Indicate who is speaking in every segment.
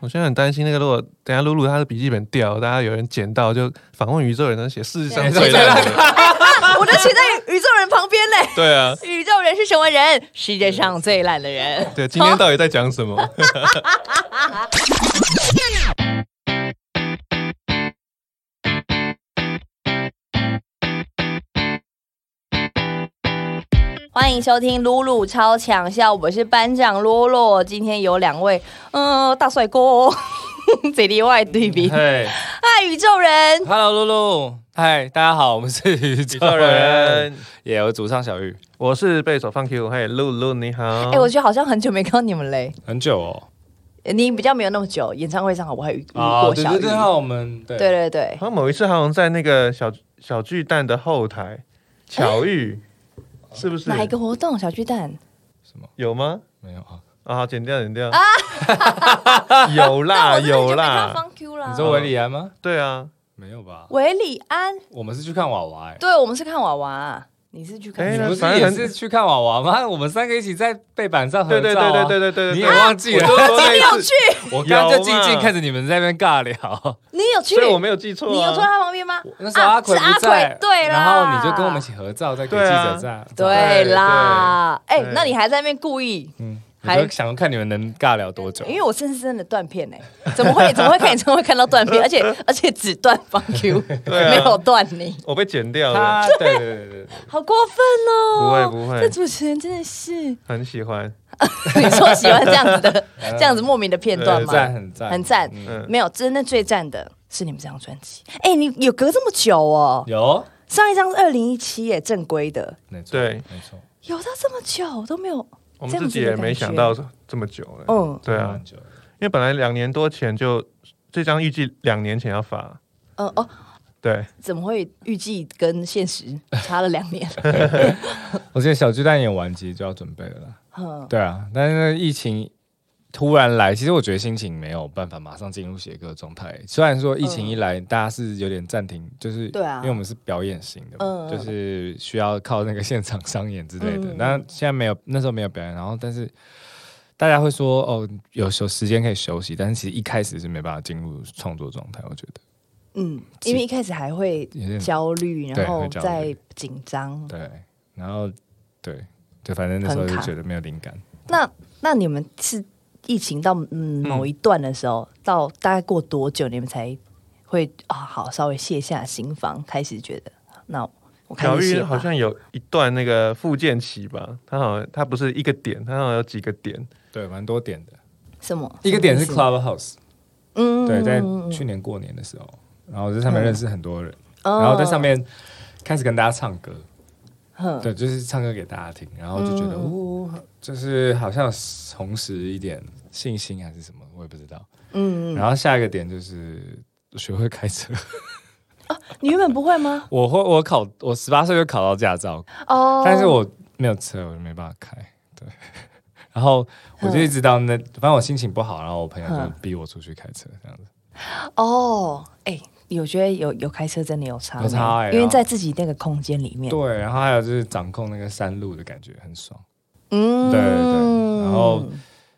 Speaker 1: 我现在很担心那个，如果等一下露露她的笔记本掉，大家有人捡到，就访问宇宙人，能写世上最烂的。
Speaker 2: 我就骑在宇宙人旁边嘞。
Speaker 1: 对啊，
Speaker 2: 宇宙人是什么人？世界上最烂的人。
Speaker 1: 对，今天到底在讲什么？
Speaker 2: 欢迎收听《露露超强笑》，我是班长洛洛。今天有两位，呃，大帅哥、 哦，这例外对 比。
Speaker 3: 嘿
Speaker 2: 嗨，宇宙人，
Speaker 3: ，Hello 露露，嗨，大家好，我们是宇
Speaker 1: 宇
Speaker 3: 宙
Speaker 1: 宙
Speaker 3: 人
Speaker 1: 人，，
Speaker 3: 也有主唱小玉，
Speaker 1: 我是贝手放 Q，嘿，露露你好。
Speaker 2: 哎、我觉得好像很久没看到你们嘞。
Speaker 3: 很久哦，
Speaker 2: 你比较没有那么久，演唱会上好嗯我还遇遇过
Speaker 3: 啊对
Speaker 2: 小
Speaker 3: 对
Speaker 2: 雨。
Speaker 3: 对，还有我们对
Speaker 2: 对对对，
Speaker 1: 好像某一次好像在那个小小巨蛋的后台，巧遇、是不是？
Speaker 2: 哎哪一个活动？小巨蛋
Speaker 1: 有吗？
Speaker 3: 没有啊？
Speaker 1: 啊，剪掉，剪掉。
Speaker 2: 啊
Speaker 1: 有啦，有啦。
Speaker 2: 方 Q 啦
Speaker 3: 你说维里安吗？
Speaker 1: 对啊，
Speaker 3: 没有吧？
Speaker 2: 韦礼安，
Speaker 3: 我们是去看娃娃，哎，
Speaker 2: 对我们是看娃娃，你是去看
Speaker 1: 哎
Speaker 3: 你
Speaker 2: 什么
Speaker 3: 不
Speaker 1: 反正
Speaker 3: 是也
Speaker 1: 很
Speaker 3: 是去看娃娃吗？ 我们三个一起在背板上合
Speaker 1: 对对
Speaker 3: 照
Speaker 1: 对
Speaker 3: 啊
Speaker 1: 对对对对
Speaker 3: 你
Speaker 1: 对
Speaker 3: 也忘记了
Speaker 1: 我就说那一次，
Speaker 3: 我刚刚就
Speaker 1: 有嘛
Speaker 3: 静静看着你们在那边尬聊，
Speaker 2: 你有去？
Speaker 1: 所以我没有记错、啊。
Speaker 2: 你有坐在他旁边吗？啊
Speaker 3: 那时候阿奎
Speaker 2: 是阿
Speaker 3: 不
Speaker 2: 奎
Speaker 3: 在，
Speaker 2: 对啦
Speaker 3: 然后你就跟我们一起合照，在给记
Speaker 1: 对啊
Speaker 3: 者站，
Speaker 2: 对啦，哎、
Speaker 1: 对对
Speaker 2: 那你还在那边故意？
Speaker 3: 嗯，我
Speaker 2: 还
Speaker 3: 就想看你们能尬聊多久，
Speaker 2: 因为我甚至真的断片哎、怎么会怎么会看演唱会看到断 片，而且而且只断方 Q，、
Speaker 1: 对啊
Speaker 2: 没有断你，
Speaker 1: 我被剪掉了，
Speaker 3: 他对对对对对。
Speaker 2: 好过分
Speaker 1: 不会
Speaker 2: 哦！
Speaker 1: 不会
Speaker 2: 这主持人真的是，
Speaker 1: 很喜欢。
Speaker 2: 你说喜欢这样子的这样子莫名的片段
Speaker 3: 很
Speaker 2: 吗？
Speaker 3: 嗯赞，很赞，
Speaker 2: 很赞
Speaker 3: 嗯
Speaker 1: 嗯，
Speaker 2: 没有，真的最赞的是你们这张专辑。哎、你有隔这么久哦？
Speaker 3: 有，
Speaker 2: 上一张是二零一七耶，正规的，
Speaker 3: 没错，
Speaker 1: 对
Speaker 3: 没错，
Speaker 2: 有到这么久都没有。
Speaker 1: 我们自己也没想到这么久了。
Speaker 2: 嗯
Speaker 1: 对啊
Speaker 3: 很，久了，
Speaker 1: 因为本来两年多前就这张预计两年前要发，
Speaker 2: 嗯哦，
Speaker 1: 对，
Speaker 2: 怎么会预计跟现实差了两 年？
Speaker 3: 我记得小巨蛋演完其实就要准备了啦，
Speaker 2: 嗯，
Speaker 3: 对啊，但是疫情突然来，其实我觉得心情没有办法马上进入写歌的状态。虽然说疫情一来，大家是有点暂停，就是
Speaker 2: 嗯对啊
Speaker 3: 因为我们是表演型的，
Speaker 2: 嗯
Speaker 3: 就是需要靠那个现场商演之类的
Speaker 2: 嗯。
Speaker 3: 那、现在没有，那时候没有表演，然后但是。大家会说哦，有时候时间可以休息，但是其实一开始是没办法进入创作状态。我觉得
Speaker 2: 嗯，因为一开始还会
Speaker 3: 有点
Speaker 2: 焦虑，然后
Speaker 3: 会焦虑
Speaker 2: 再紧张。
Speaker 3: 对，然后对，就反正那时候
Speaker 2: 很
Speaker 3: 就
Speaker 2: 卡
Speaker 3: 觉得没有灵感。
Speaker 2: 那那你们是疫情到嗯某一段的时候，到大概过多久你们才会啊好稍微卸下心防，开始觉得那我开
Speaker 1: 小
Speaker 2: 始
Speaker 1: 玉
Speaker 2: 写
Speaker 1: 好
Speaker 2: 吧。
Speaker 1: 像有一段那个复健期吧，它好像它不是一个点，它好像有几个点，
Speaker 3: 对，蛮多点的。
Speaker 2: 什么？
Speaker 3: 一个点是
Speaker 2: 什么
Speaker 3: Clubhouse，
Speaker 2: 嗯
Speaker 3: 对，在
Speaker 2: 嗯嗯
Speaker 3: 去年过年的时候，然后我在上面认识很多人，
Speaker 2: 嗯
Speaker 3: 然后在上面开始跟大家唱歌，
Speaker 2: 哼嗯
Speaker 3: 对，就是唱歌给大家听，然后就觉得，哦，就是好像重拾一点信心还是什么，我也不知道。
Speaker 2: 嗯，
Speaker 3: 然后下一个点就是学会开车，
Speaker 2: 你原本不会吗？
Speaker 3: 我会我考我十八岁就考到驾照，
Speaker 2: 哦，
Speaker 3: 但是我没有车，我就没办法开，对。 然后我就一直到那，反正我心情不好，然后我朋友就
Speaker 2: 嗯
Speaker 3: 逼我出去开车这样子。
Speaker 2: 哦，哎、有觉得有有开车真的有差呢，
Speaker 3: 有差欸
Speaker 2: 因为
Speaker 3: 然后
Speaker 2: 在自己那个空间里面，
Speaker 3: 对，然后还有就是掌控那个山路的感觉很爽。
Speaker 2: 嗯
Speaker 3: 对对对，然后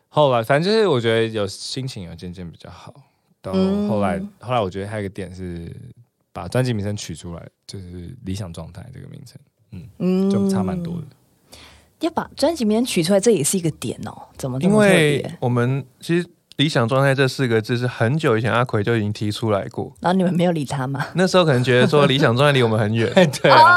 Speaker 3: 后来反正就是我觉得有心情有渐渐比较好。到
Speaker 2: 嗯
Speaker 3: 后来、后来我觉得还有一个点是把专辑名称取出来，就是理想状态这个名称，
Speaker 2: 嗯
Speaker 3: 就差蛮多的。
Speaker 2: 要把专辑名取出来，这也是一个点哦，怎么这
Speaker 1: 因
Speaker 2: 么特
Speaker 1: 为
Speaker 2: 别？
Speaker 1: 我们其实理想状态这四个字是很久以前阿奎就已经提出来过，
Speaker 2: 然后你们没有理他吗？
Speaker 1: 那时候可能觉得说理想状态离我们很远，
Speaker 3: 对啊，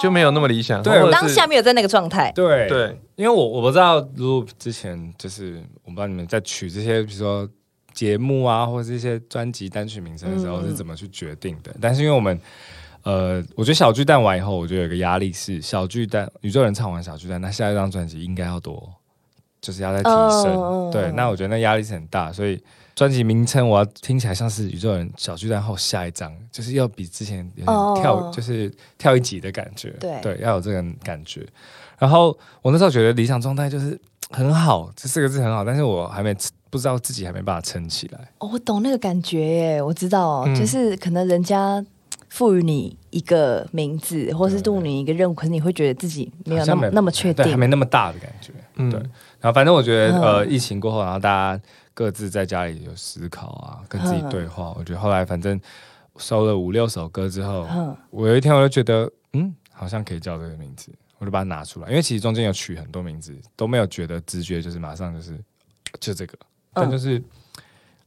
Speaker 1: 就没有那么理想，
Speaker 3: 对
Speaker 1: 或者
Speaker 2: 哦当
Speaker 1: 是
Speaker 2: 下没有在那个状态，
Speaker 3: 对
Speaker 1: 对，
Speaker 3: 因为我我不知道，如果之前就是我不知道你们在取这些，比如说节目啊，或者是一些专辑单曲名称的时候
Speaker 2: 嗯嗯
Speaker 3: 是怎么去决定的。但是因为我们，呃，我觉得小巨蛋完以后，我就有一个压力是，小巨蛋宇宙人唱完小巨蛋，那下一张专辑应该要多，就是要再提升。
Speaker 2: 嗯嗯嗯
Speaker 3: 对，那我觉得那压力是很大，所以专辑名称我要听起来像是宇宙人小巨蛋后下一张，就是要比之前有
Speaker 2: 哦
Speaker 3: 点跳，就是跳一级的感觉。
Speaker 2: 对
Speaker 3: 对，要有这个感觉。然后我那时候觉得理想状态就是很好，这四个字很好，但是我还没不知道自己还没把它撑起来。
Speaker 2: 哦，我懂那个感觉耶，我知道，
Speaker 1: 嗯
Speaker 2: 就是可能人家赋予你一个名字，或是赋予你一个任务，可是你会觉得自己没有
Speaker 3: 嗯
Speaker 2: 那
Speaker 3: 好像
Speaker 2: 么那么确
Speaker 3: 对，还
Speaker 2: 定。
Speaker 3: 没那么大的感觉。
Speaker 1: 嗯
Speaker 3: 对，然后反正我觉得，
Speaker 2: 嗯
Speaker 3: 呃，疫情过后，然后大家各自在家里有思考啊，跟自己
Speaker 2: 嗯
Speaker 3: 对话。我觉得后来反正收了五六首歌之后，
Speaker 2: 嗯
Speaker 3: 我有一天我就觉得，嗯，好像可以叫这个名字，我就把它拿出来，因为其实中间有取很多名字，都没有觉得直觉就是马上就是就这个，但
Speaker 2: 嗯
Speaker 3: 就是、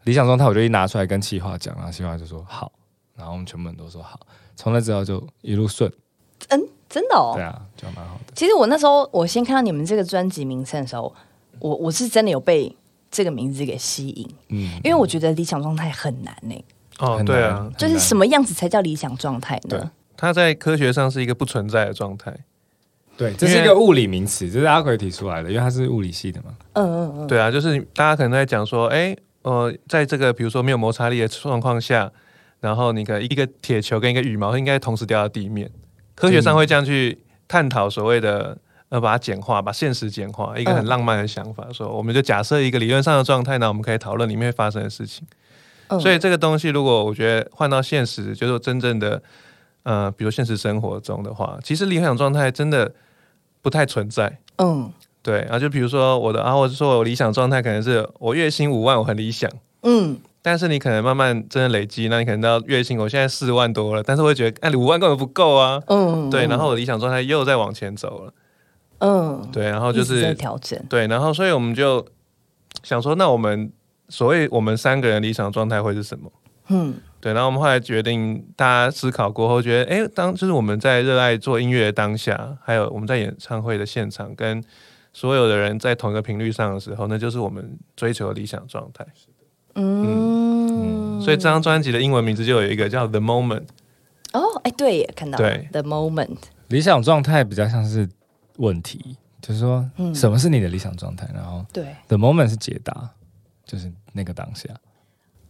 Speaker 3: 理想状态，我就一拿出来跟企划讲，然后企划就说好，然后我们全部人都说好，从那之后就一路顺，
Speaker 2: 嗯，真的哦
Speaker 3: 对。啊，就蛮好的。
Speaker 2: 其实我那时候我先看到你们这个专辑名称的时候，我我是真的有被这个名字给吸引，
Speaker 3: 嗯，
Speaker 2: 因为我觉得理想状态很难呢、
Speaker 1: 哦，
Speaker 3: 很
Speaker 1: 对
Speaker 3: 难
Speaker 1: 啊，
Speaker 2: 就是什么样子才叫理想状态
Speaker 3: 对
Speaker 2: 呢？
Speaker 1: 它在科学上是一个不存在的状态。
Speaker 3: 对，这是一
Speaker 1: 因为
Speaker 3: 个物理名词，这是阿奎提出来的，因为他是物理系的嘛。
Speaker 2: 嗯嗯嗯，
Speaker 1: 对啊，就是大家可能在讲说，哎、呃，在这个比如说没有摩擦力的状况下，然后你可一个铁球跟一个羽毛应该同时掉到地面，科学
Speaker 2: 嗯
Speaker 1: 上会这样去探讨所谓的。呃，把它简化，把现实简化，一个很
Speaker 2: 嗯
Speaker 1: 浪漫的想法，说我们就假设一个理论上的状态呢，我们可以讨论里面会发生的事情。
Speaker 2: 嗯
Speaker 1: 所以这个东西，如果我觉得换到现实，就是真正的，呃，比如现实生活中的话，其实理想状态真的不太存在。
Speaker 2: 嗯
Speaker 1: 对，啊，就比如说我的啊，或者说我理想状态可能是我月薪五万，我很理想，
Speaker 2: 嗯，
Speaker 1: 但是你可能慢慢真的累积，那你可能到月薪我现在四万多了，但是我会觉得哎，五万根本不够啊。
Speaker 2: 嗯，
Speaker 1: 对，然后我的理想状态又在往前走了。
Speaker 2: 嗯，
Speaker 1: 对，然后就
Speaker 2: 一直在
Speaker 1: 是
Speaker 2: 调整，
Speaker 1: 对，然后所以我们就想说，那我们所谓我们三个人理想状态会是什么？
Speaker 2: 嗯
Speaker 1: 对，然后我们后来决定，大家思考过后，觉得，哎，当就是我们在热爱做音乐的当下，还有我们在演唱会的现场，跟所有的人在同一个频率上的时候，那就是我们追求的理想状态。
Speaker 2: 嗯，
Speaker 1: 所以这张专辑的英文名字就有一个叫《The Moment》，
Speaker 2: 哦，哎，对耶，看到了
Speaker 1: 对
Speaker 2: The Moment，
Speaker 3: 理想状态比较像是问题，就是说、
Speaker 2: 嗯
Speaker 3: 什么是你的理想状态，然后
Speaker 2: 对，
Speaker 3: the moment 是解答，就是那个当下。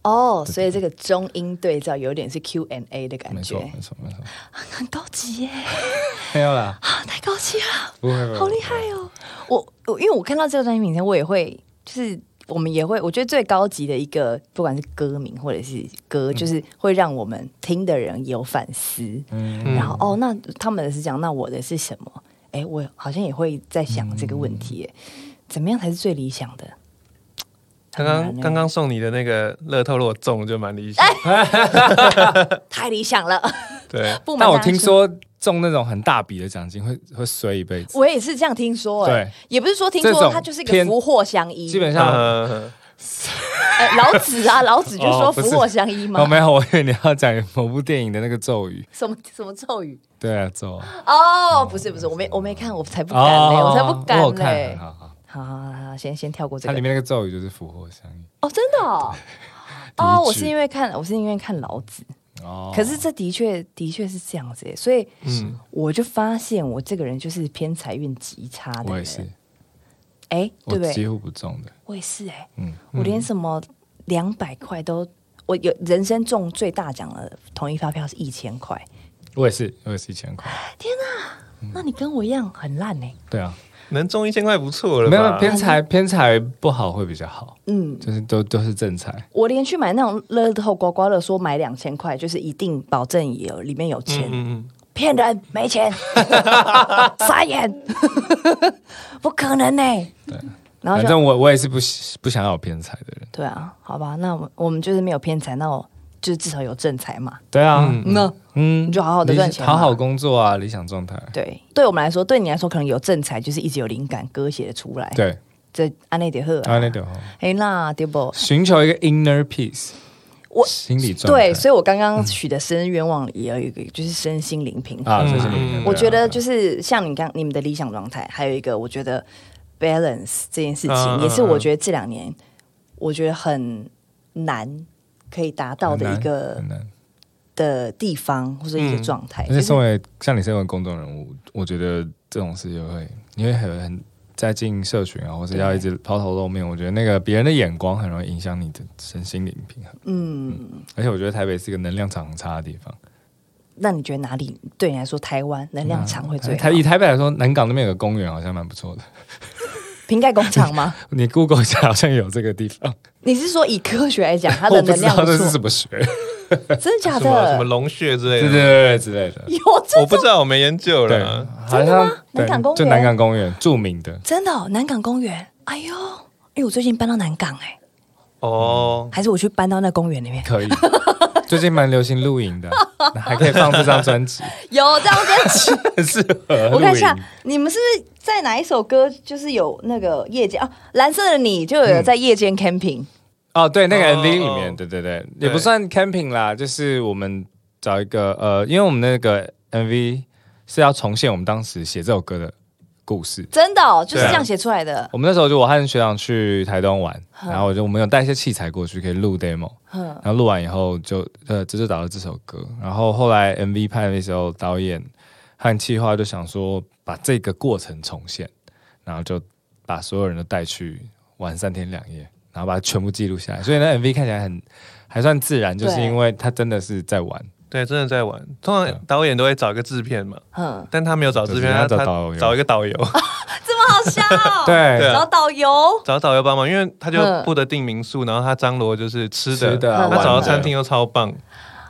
Speaker 2: 哦，所以这个中英对照有点是 Q&A 的感
Speaker 3: 没错，
Speaker 2: 觉，
Speaker 3: 没错，没错。
Speaker 2: 很高级耶，
Speaker 3: 没有啦，
Speaker 2: 啊，太高级了。
Speaker 3: 不会，不会
Speaker 2: 好厉害哦！我我因为我看到这个专辑名称，我也会就是我们也会，我觉得最高级的一个，不管是歌名或者是
Speaker 1: 嗯
Speaker 2: 歌，就是会让我们听的人有反思。
Speaker 3: 嗯，
Speaker 1: 嗯
Speaker 2: 然后哦，那他们的是讲，那我的是什么？哎，我好像也会在想这个问题耶，怎么样才是最理想的？
Speaker 1: 刚
Speaker 3: 嗯
Speaker 2: 很难
Speaker 1: 刚
Speaker 2: 欸
Speaker 1: 刚刚送你的那个乐透，如果中了就蛮理想。
Speaker 2: 哎太理想了，
Speaker 1: 对，
Speaker 2: 不瞒
Speaker 3: 但我
Speaker 2: 大家
Speaker 3: 听，说中那种很大笔的奖金会会衰一辈子，
Speaker 2: 我也是这样听说，哎
Speaker 3: 对，
Speaker 2: 也不是说听
Speaker 3: 这
Speaker 2: 说，
Speaker 3: 种
Speaker 2: 它就是一个
Speaker 3: 偏
Speaker 2: 福祸相依。
Speaker 3: 基本上。
Speaker 1: 呃，
Speaker 2: 哎，老子 啊，老子就说
Speaker 3: 哦不
Speaker 2: 福
Speaker 3: 是
Speaker 2: 祸相依嘛
Speaker 3: 哦，，没有，我以为你要讲某部电影的那个 咒语。
Speaker 2: 什么什么咒语。
Speaker 3: 对啊，咒啊。
Speaker 2: 哦，不是不是，我没我没看，我才不敢嘞，我才不
Speaker 3: 哦我
Speaker 2: 敢
Speaker 3: 有
Speaker 2: 嘞
Speaker 3: 看，。好好，
Speaker 2: 好好好好，先先跳过这
Speaker 3: 它
Speaker 2: 个
Speaker 3: 里。面那个咒语就是福祸相依。
Speaker 2: 哦，真的哦，哦，
Speaker 3: 第一
Speaker 2: 我
Speaker 3: 句
Speaker 2: 是因为看我是因为看老子，
Speaker 3: 哦，
Speaker 2: 可是这的确的确是这样子耶，所以
Speaker 1: 嗯，
Speaker 2: 我就发现我这个人就是偏财运极差的
Speaker 3: 我也
Speaker 2: 人。
Speaker 3: 是，
Speaker 2: 哎，
Speaker 3: 我
Speaker 2: 对不
Speaker 3: 几
Speaker 2: 对？
Speaker 3: 乎不中的。
Speaker 2: 我也是哎，
Speaker 3: 嗯，
Speaker 2: 我连什么两百块都，我有人生中最大奖的统一发票是一千块，
Speaker 3: 我也是，我也是一千块。嗯
Speaker 2: 那你跟我一样很烂哎呢。
Speaker 3: 对啊，
Speaker 1: 能中一千块不错了
Speaker 3: 没有
Speaker 1: 吧？
Speaker 3: 偏财，偏财不好会比较好，
Speaker 2: 嗯，
Speaker 3: 就是都都是正财。
Speaker 2: 我连去买那种乐透刮刮乐，说买两千块，就是一定保证有里面有
Speaker 1: 嗯
Speaker 2: 钱，
Speaker 1: 嗯
Speaker 2: 骗、人没 钱，傻眼， 不可能呢、对，然后
Speaker 3: 反
Speaker 2: 就
Speaker 3: 正我我也是不不想要有偏财的人。
Speaker 2: 对啊，好吧，那我们我们就是没有偏财，那我就是至少有正财嘛。
Speaker 3: 对啊，
Speaker 1: 嗯
Speaker 2: 那
Speaker 3: 嗯
Speaker 2: 你就好好地
Speaker 3: 理
Speaker 2: 赚钱嘛
Speaker 3: 好好工作啊，理想状态。
Speaker 2: 对，对我们来说，对你来说可能有正财，就是一直有灵感，歌写得出来。，
Speaker 3: 对，
Speaker 2: 这安内德赫，
Speaker 3: 啊那种
Speaker 2: 哎那对不？
Speaker 3: 寻求一个 inner peace，
Speaker 2: 我
Speaker 3: 心理状态。
Speaker 2: 对，所以我刚刚许的生日愿望也有一个，就是身心灵平衡
Speaker 3: 啊，这是你的。啊
Speaker 2: 我觉得就是像你刚你们的理想状态，还有一个我觉得 balance 这件事
Speaker 1: 嗯嗯
Speaker 2: 情，
Speaker 1: 嗯
Speaker 2: 也是我觉得这两年我觉得很难可以达到的一个
Speaker 3: 很难。很难
Speaker 2: 的地方或者一个状态。
Speaker 3: 而且
Speaker 2: 哎就是
Speaker 3: 身为像你身为公众人物，我觉得这种事情会，你会很很在进社群啊，或是要一直抛头露面，我觉得那个别人的眼光很容易影响你的身心灵平衡。
Speaker 2: 嗯，
Speaker 3: 而且我觉得台北是一个能量场很差的地方，
Speaker 2: 那你觉得哪里对你来说台湾能量场会最好
Speaker 3: 嗯台？以台北来说，南港那边有个公园好像蛮不错的，
Speaker 2: 瓶盖工厂吗？
Speaker 3: 你 Google 一下好像有这个地方，
Speaker 2: 你是说以科学来讲，它的
Speaker 3: 我不
Speaker 2: 能
Speaker 3: 知
Speaker 2: 量
Speaker 3: 道这
Speaker 2: 不
Speaker 3: 是
Speaker 2: 错
Speaker 3: 什么学，
Speaker 2: 真的假
Speaker 1: 什么什么
Speaker 2: 的？
Speaker 1: 龙穴之类
Speaker 3: 对
Speaker 1: 的
Speaker 3: 对
Speaker 1: 吗。
Speaker 3: 对对之类的。
Speaker 2: 有这
Speaker 1: 我不知道，我没研究
Speaker 3: 对
Speaker 1: 了。，啊
Speaker 3: 好像
Speaker 2: 南
Speaker 3: 对
Speaker 2: 港公园
Speaker 3: 就南港公园著名的，
Speaker 2: 真的、哦、南港公园？哎呦，哎，我最近搬到南港哎、
Speaker 3: 嗯
Speaker 1: 哦，
Speaker 2: 还是我去搬到那公园里面？
Speaker 3: 可以。最近蛮流行露营的，还可以放这张专 辑，
Speaker 2: 有这样子，
Speaker 3: 很适
Speaker 2: 我
Speaker 3: 合露
Speaker 2: 看一下
Speaker 3: 营。，
Speaker 2: 你们是不是在哪一首歌就是有那个夜间啊？蓝色的你就有在夜间 camping，、
Speaker 3: 哦，对，那个
Speaker 1: 哦
Speaker 3: MV 里面，
Speaker 1: 哦
Speaker 3: 对对对，
Speaker 1: 对
Speaker 3: 也不算 camping 啦，就是我们找一个呃，因为我们那个 MV 是要重现我们当时写这首歌的故事。
Speaker 2: 真的、哦、就
Speaker 1: 对
Speaker 2: 是
Speaker 1: 啊
Speaker 2: 这样写出来的。
Speaker 3: 我们那时候就我和学长去台东玩，
Speaker 2: 嗯
Speaker 3: 然后我就我们有带一些器材过去可以录 demo，
Speaker 2: 嗯，
Speaker 3: 然后录完以后就呃这就导了这首歌，然后后来 MV 拍的时候，导演和企划就想说把这个过程重现，然后就把所有人都带去玩三天两夜，然后把它全部记录下来，所以那 MV 看起来很还算自然，就是
Speaker 2: 对
Speaker 3: 因为他真的是在玩，
Speaker 1: 对，真的在玩。通常导演都会找一个制片嘛，
Speaker 2: 嗯，
Speaker 1: 但他没有找制
Speaker 3: 对
Speaker 1: 片，
Speaker 3: 啊
Speaker 1: 他
Speaker 3: 他找
Speaker 1: 他
Speaker 3: 导游
Speaker 1: 找一个导游，
Speaker 2: 这么好笑、哦
Speaker 3: 对
Speaker 1: 对啊
Speaker 2: 找导游，
Speaker 1: 找导游帮忙，因为他就
Speaker 2: 嗯
Speaker 1: 不得订民宿，然后他张罗就是吃的，
Speaker 3: 吃的
Speaker 1: 他
Speaker 2: 啊玩
Speaker 1: 找到
Speaker 2: 的
Speaker 1: 餐厅又超棒，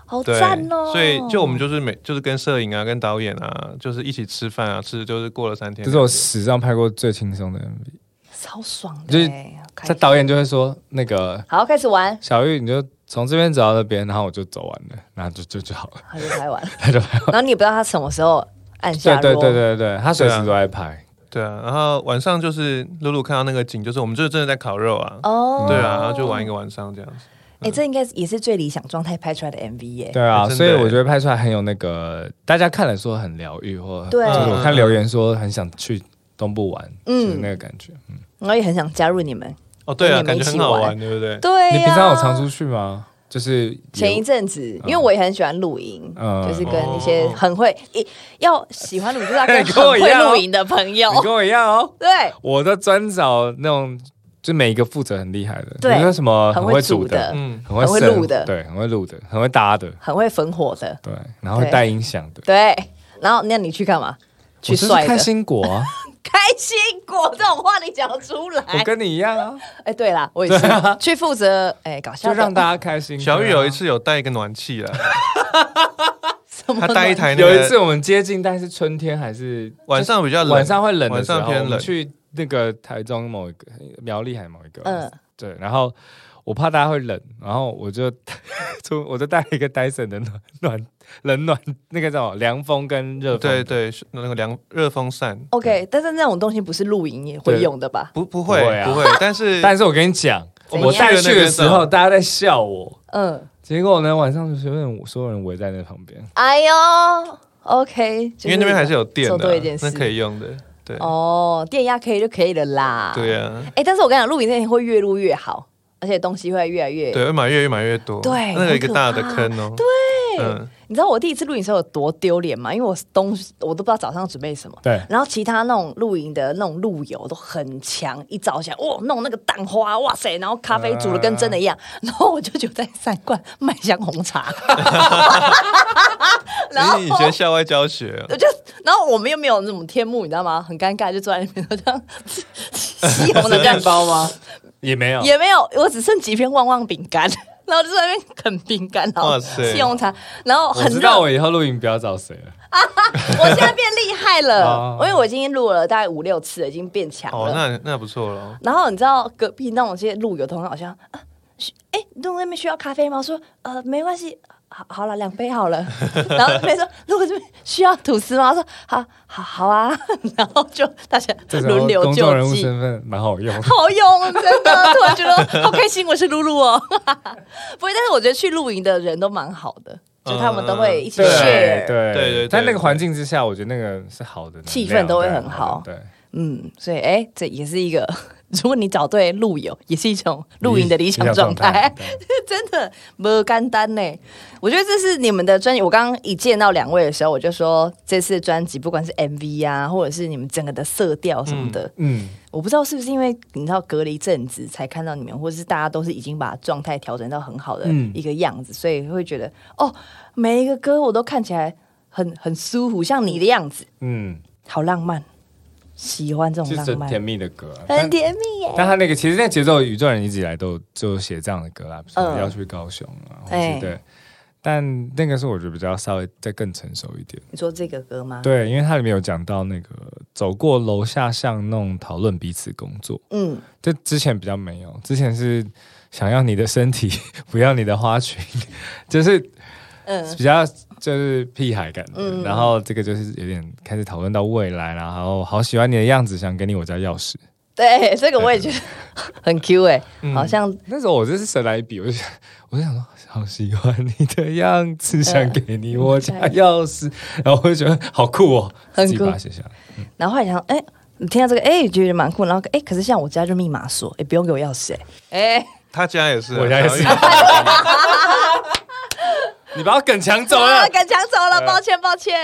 Speaker 2: 好
Speaker 1: 对
Speaker 2: 赞，哦！
Speaker 1: 所以就我们就是每就是跟摄影啊、跟导演啊，就是一起吃饭啊，吃的就是过了三天。
Speaker 3: 这是我史上拍过最轻松的 MV。
Speaker 2: 超爽的、
Speaker 3: 就是
Speaker 2: 欸，好开
Speaker 3: 他
Speaker 2: 心
Speaker 3: 导演就会说那个
Speaker 2: 好开始玩，
Speaker 3: 小玉，你就从这边走到那边，然后我就走完了，然后就就就好了，
Speaker 2: 他就拍完，
Speaker 3: 他就拍完。
Speaker 2: 然后你也不知道他什么时候按下
Speaker 3: 对对
Speaker 2: roll
Speaker 3: 对对对，他随时都在拍。
Speaker 1: 对啊，然后晚上就是露露看到那个景，就是我们就是真的在烤肉啊，
Speaker 2: 哦，
Speaker 1: 对啊，然后就玩一个晚上这样子。
Speaker 2: 哎、这应该也是最理想状态拍出来的 MV 耶、
Speaker 3: 对啊，
Speaker 1: 欸真的
Speaker 3: 所以我
Speaker 1: 欸
Speaker 3: 觉得拍出来很有那个，大家看了说很疗愈，或
Speaker 2: 对
Speaker 1: 啊
Speaker 3: 就是我看留言说很想去东部玩，
Speaker 2: 嗯
Speaker 3: 就是那个感觉。
Speaker 2: 我也很想加入你们。
Speaker 1: 哦，对啊，
Speaker 2: 跟
Speaker 1: 感
Speaker 2: 你们
Speaker 1: 觉
Speaker 2: 一起
Speaker 1: 很好
Speaker 2: 玩
Speaker 1: 玩，对不对？
Speaker 2: 对、啊呀
Speaker 3: 你平常有常出去吗？就是有
Speaker 2: 前一阵子，因为我也很喜欢露营，
Speaker 3: 嗯
Speaker 2: 就是跟一些很会、一要喜欢露营，就是要跟
Speaker 3: 你跟我
Speaker 2: 很
Speaker 3: 一
Speaker 2: 会
Speaker 3: 样哦
Speaker 2: 露营的朋友。
Speaker 3: 你跟我一样哦，
Speaker 2: 对，
Speaker 3: 我都专找那种就每一个负责很厉害的，
Speaker 2: 对
Speaker 3: 比如说什么
Speaker 2: 很会
Speaker 3: 呃会
Speaker 2: 煮
Speaker 3: 煮
Speaker 2: 的
Speaker 1: 嗯，
Speaker 3: 很会
Speaker 2: 很会
Speaker 3: 生
Speaker 2: 录的
Speaker 3: 对，很会录的，很会搭的，
Speaker 2: 很会焚火的，
Speaker 3: 对，然后会
Speaker 2: 对
Speaker 3: 带音响的。
Speaker 2: 对。然后，那你去干嘛？去
Speaker 3: 我就是
Speaker 2: 帅的，
Speaker 3: 开心果 啊，
Speaker 2: 开心果这种话你讲出来。
Speaker 3: 我跟你一样啊，
Speaker 2: 哎、对啦，我也是、
Speaker 1: 啊
Speaker 2: 去负责哎、搞笑
Speaker 3: 就
Speaker 2: 的，
Speaker 3: 让大家开心。
Speaker 1: 小雨
Speaker 3: 对啊
Speaker 1: 有一次有带一个暖气啊，
Speaker 2: 什么
Speaker 1: 他带一台那
Speaker 3: 有
Speaker 1: 个
Speaker 3: 一次我们接近，但是春天还是
Speaker 1: 晚上比较冷，
Speaker 3: 晚上会冷的
Speaker 1: 晚
Speaker 3: 时候，
Speaker 1: 上偏
Speaker 3: 我们
Speaker 1: 冷，
Speaker 3: 去那个台中某一个苗栗还某一个，嗯
Speaker 2: 嗯，
Speaker 3: 对，然后我怕大家会冷，然后我就从我就带了一个 Dyson 的暖暖冷暖那个叫什么凉风跟热风，
Speaker 1: 对，对，是那个凉热风扇
Speaker 2: OK，但是那种东西不是露营也会用的吧？
Speaker 1: 不不
Speaker 3: 不会
Speaker 1: 会
Speaker 3: 啊
Speaker 1: 不会，但是
Speaker 3: 但是我跟你讲，
Speaker 2: 怎
Speaker 3: 我
Speaker 2: 样
Speaker 3: 带去的
Speaker 1: 我去
Speaker 3: 时
Speaker 1: 了那
Speaker 3: 候
Speaker 1: 个
Speaker 3: 大家在笑我，
Speaker 2: 嗯，
Speaker 3: 结果呢晚上就随便所有人围在那旁边，
Speaker 2: 哎呦，OK，就是
Speaker 1: 因为那边还是有电
Speaker 2: 做
Speaker 1: 的
Speaker 2: 多
Speaker 1: 啊
Speaker 2: 一件，事
Speaker 1: 那可以用的，对
Speaker 2: 哦，电压可以就可以了啦。
Speaker 1: 对啊，
Speaker 2: 哎，但是我跟你讲，露营那天会越录越好，而且东西会越来越……
Speaker 1: 对，越买越越买越多，
Speaker 2: 对
Speaker 1: 那个一个
Speaker 2: 很可
Speaker 1: 大的
Speaker 2: 怕
Speaker 1: 坑哦，对嗯，
Speaker 2: 你知道我第一次露营的时候有多丢脸吗？因为我东西我都不知道早上准备什么。
Speaker 3: 对
Speaker 2: 然后其他那种露营的那种路友都很强，一早起来哇弄那个蛋花，哇塞，然后咖啡煮的跟真的一样， 然后我就就在三罐麦香红茶，然后
Speaker 1: 你以前校外教学啊，
Speaker 2: 我就，然后我们又没有那种天幕，你知道吗？很尴尬，就坐在那边就这样吸红的这样包吗？
Speaker 3: 也没有，
Speaker 2: 也没有，我只剩几片旺旺饼干， 然后就在那边啃饼干，然后
Speaker 1: 哇塞
Speaker 2: 吸红茶，然后
Speaker 3: 我
Speaker 2: 很
Speaker 3: 知
Speaker 2: 热。
Speaker 3: 道
Speaker 2: 我
Speaker 3: 我以后露营不要找谁了，
Speaker 2: 现在变厉害了
Speaker 3: 哦，
Speaker 2: 因为我已经录了大概五六次了，已经变强
Speaker 1: 哦，
Speaker 2: 了。
Speaker 1: 那那不错了，
Speaker 2: 然后你知道隔壁那种些路友同好像啊，需哎，路那边需要咖啡吗？我说呃没关系，好好了，两杯好了。 然后那边说路这边需要吐司吗？他说好好好啊。 然后就大家
Speaker 3: 这时候
Speaker 2: 轮流
Speaker 3: 公众人
Speaker 2: 救
Speaker 3: 物
Speaker 2: 济。
Speaker 3: 身份蛮好用的。
Speaker 2: 好用，真的，突然觉得好开心，我是露露哦。 不会，但是我觉得去露营的人都蛮好的，就他们都会一起
Speaker 3: 嗯对啊
Speaker 2: share，
Speaker 3: 对
Speaker 1: 对对
Speaker 3: 在那个
Speaker 1: 对
Speaker 3: 环境之下，我觉得那个是好的能量，
Speaker 2: 气氛都会
Speaker 3: 对
Speaker 2: 很好
Speaker 3: 对，
Speaker 2: 嗯，所以哎、这也是一个， 如果你找对路友，也是一种露营的理想状态，
Speaker 3: 对
Speaker 2: 真的不干单呢。我觉得这是你们的专辑，我刚刚一见到两位的时候，我就说这次专辑不管是 MV 啊，或者是你们整个的色调什么的，
Speaker 3: 嗯，
Speaker 2: 我不知道是不是因为你知道隔离一阵子才看到你们，或是大家都是已经把状态调整到很好的
Speaker 3: 嗯
Speaker 2: 一个样子，所以会觉得哦，每一个歌我都看起来很很舒服，像你的样子，
Speaker 3: 嗯，
Speaker 2: 好浪漫，喜欢这种
Speaker 3: 就是
Speaker 2: 浪
Speaker 3: 很
Speaker 2: 漫，
Speaker 3: 甜蜜的歌啊。
Speaker 2: 很
Speaker 3: 但
Speaker 2: 甜蜜耶。
Speaker 3: 但他那个其实那节奏，宇宙人一直以来都就写这样的歌啦，比如
Speaker 2: 嗯
Speaker 3: 说要去高雄啊，或
Speaker 2: 哎
Speaker 3: 是对但那个是我觉得比较稍微再更成熟一点。
Speaker 2: 你说这个歌吗？，
Speaker 3: 对，因为它里面有讲到那个走过楼下巷弄讨论彼此工作，
Speaker 2: 嗯，
Speaker 3: 这之前比较没有，之前是想要你的身体， 不要你的花裙， 就是
Speaker 2: 嗯
Speaker 3: 比较就是屁孩感觉。
Speaker 2: 嗯
Speaker 3: 然后这个就是有点开始讨论到未来，然后好喜欢你的样子，想给你我家钥匙。
Speaker 2: 对，这个我也觉得 很 Q 哎、
Speaker 3: 嗯
Speaker 2: 好像
Speaker 3: 那时候我真是神来一笔，我就想，我就想说，好喜欢你的样子，
Speaker 2: 嗯
Speaker 3: 想给你我家 钥匙，然后我就觉得好酷哦，
Speaker 2: 很
Speaker 3: 自己
Speaker 2: 酷
Speaker 3: 把它写下来。
Speaker 2: 然后后来想，哎、你听到这个，哎、觉得蛮酷。然后，哎、可是像我家就密码锁，也、不用给我钥匙、哎、哎，
Speaker 1: 他家也是啊，
Speaker 3: 我家也是
Speaker 1: 小玉
Speaker 3: 你把我梗抢走
Speaker 2: 啊
Speaker 3: 了，
Speaker 2: 敢抢走了，抱歉，抱歉。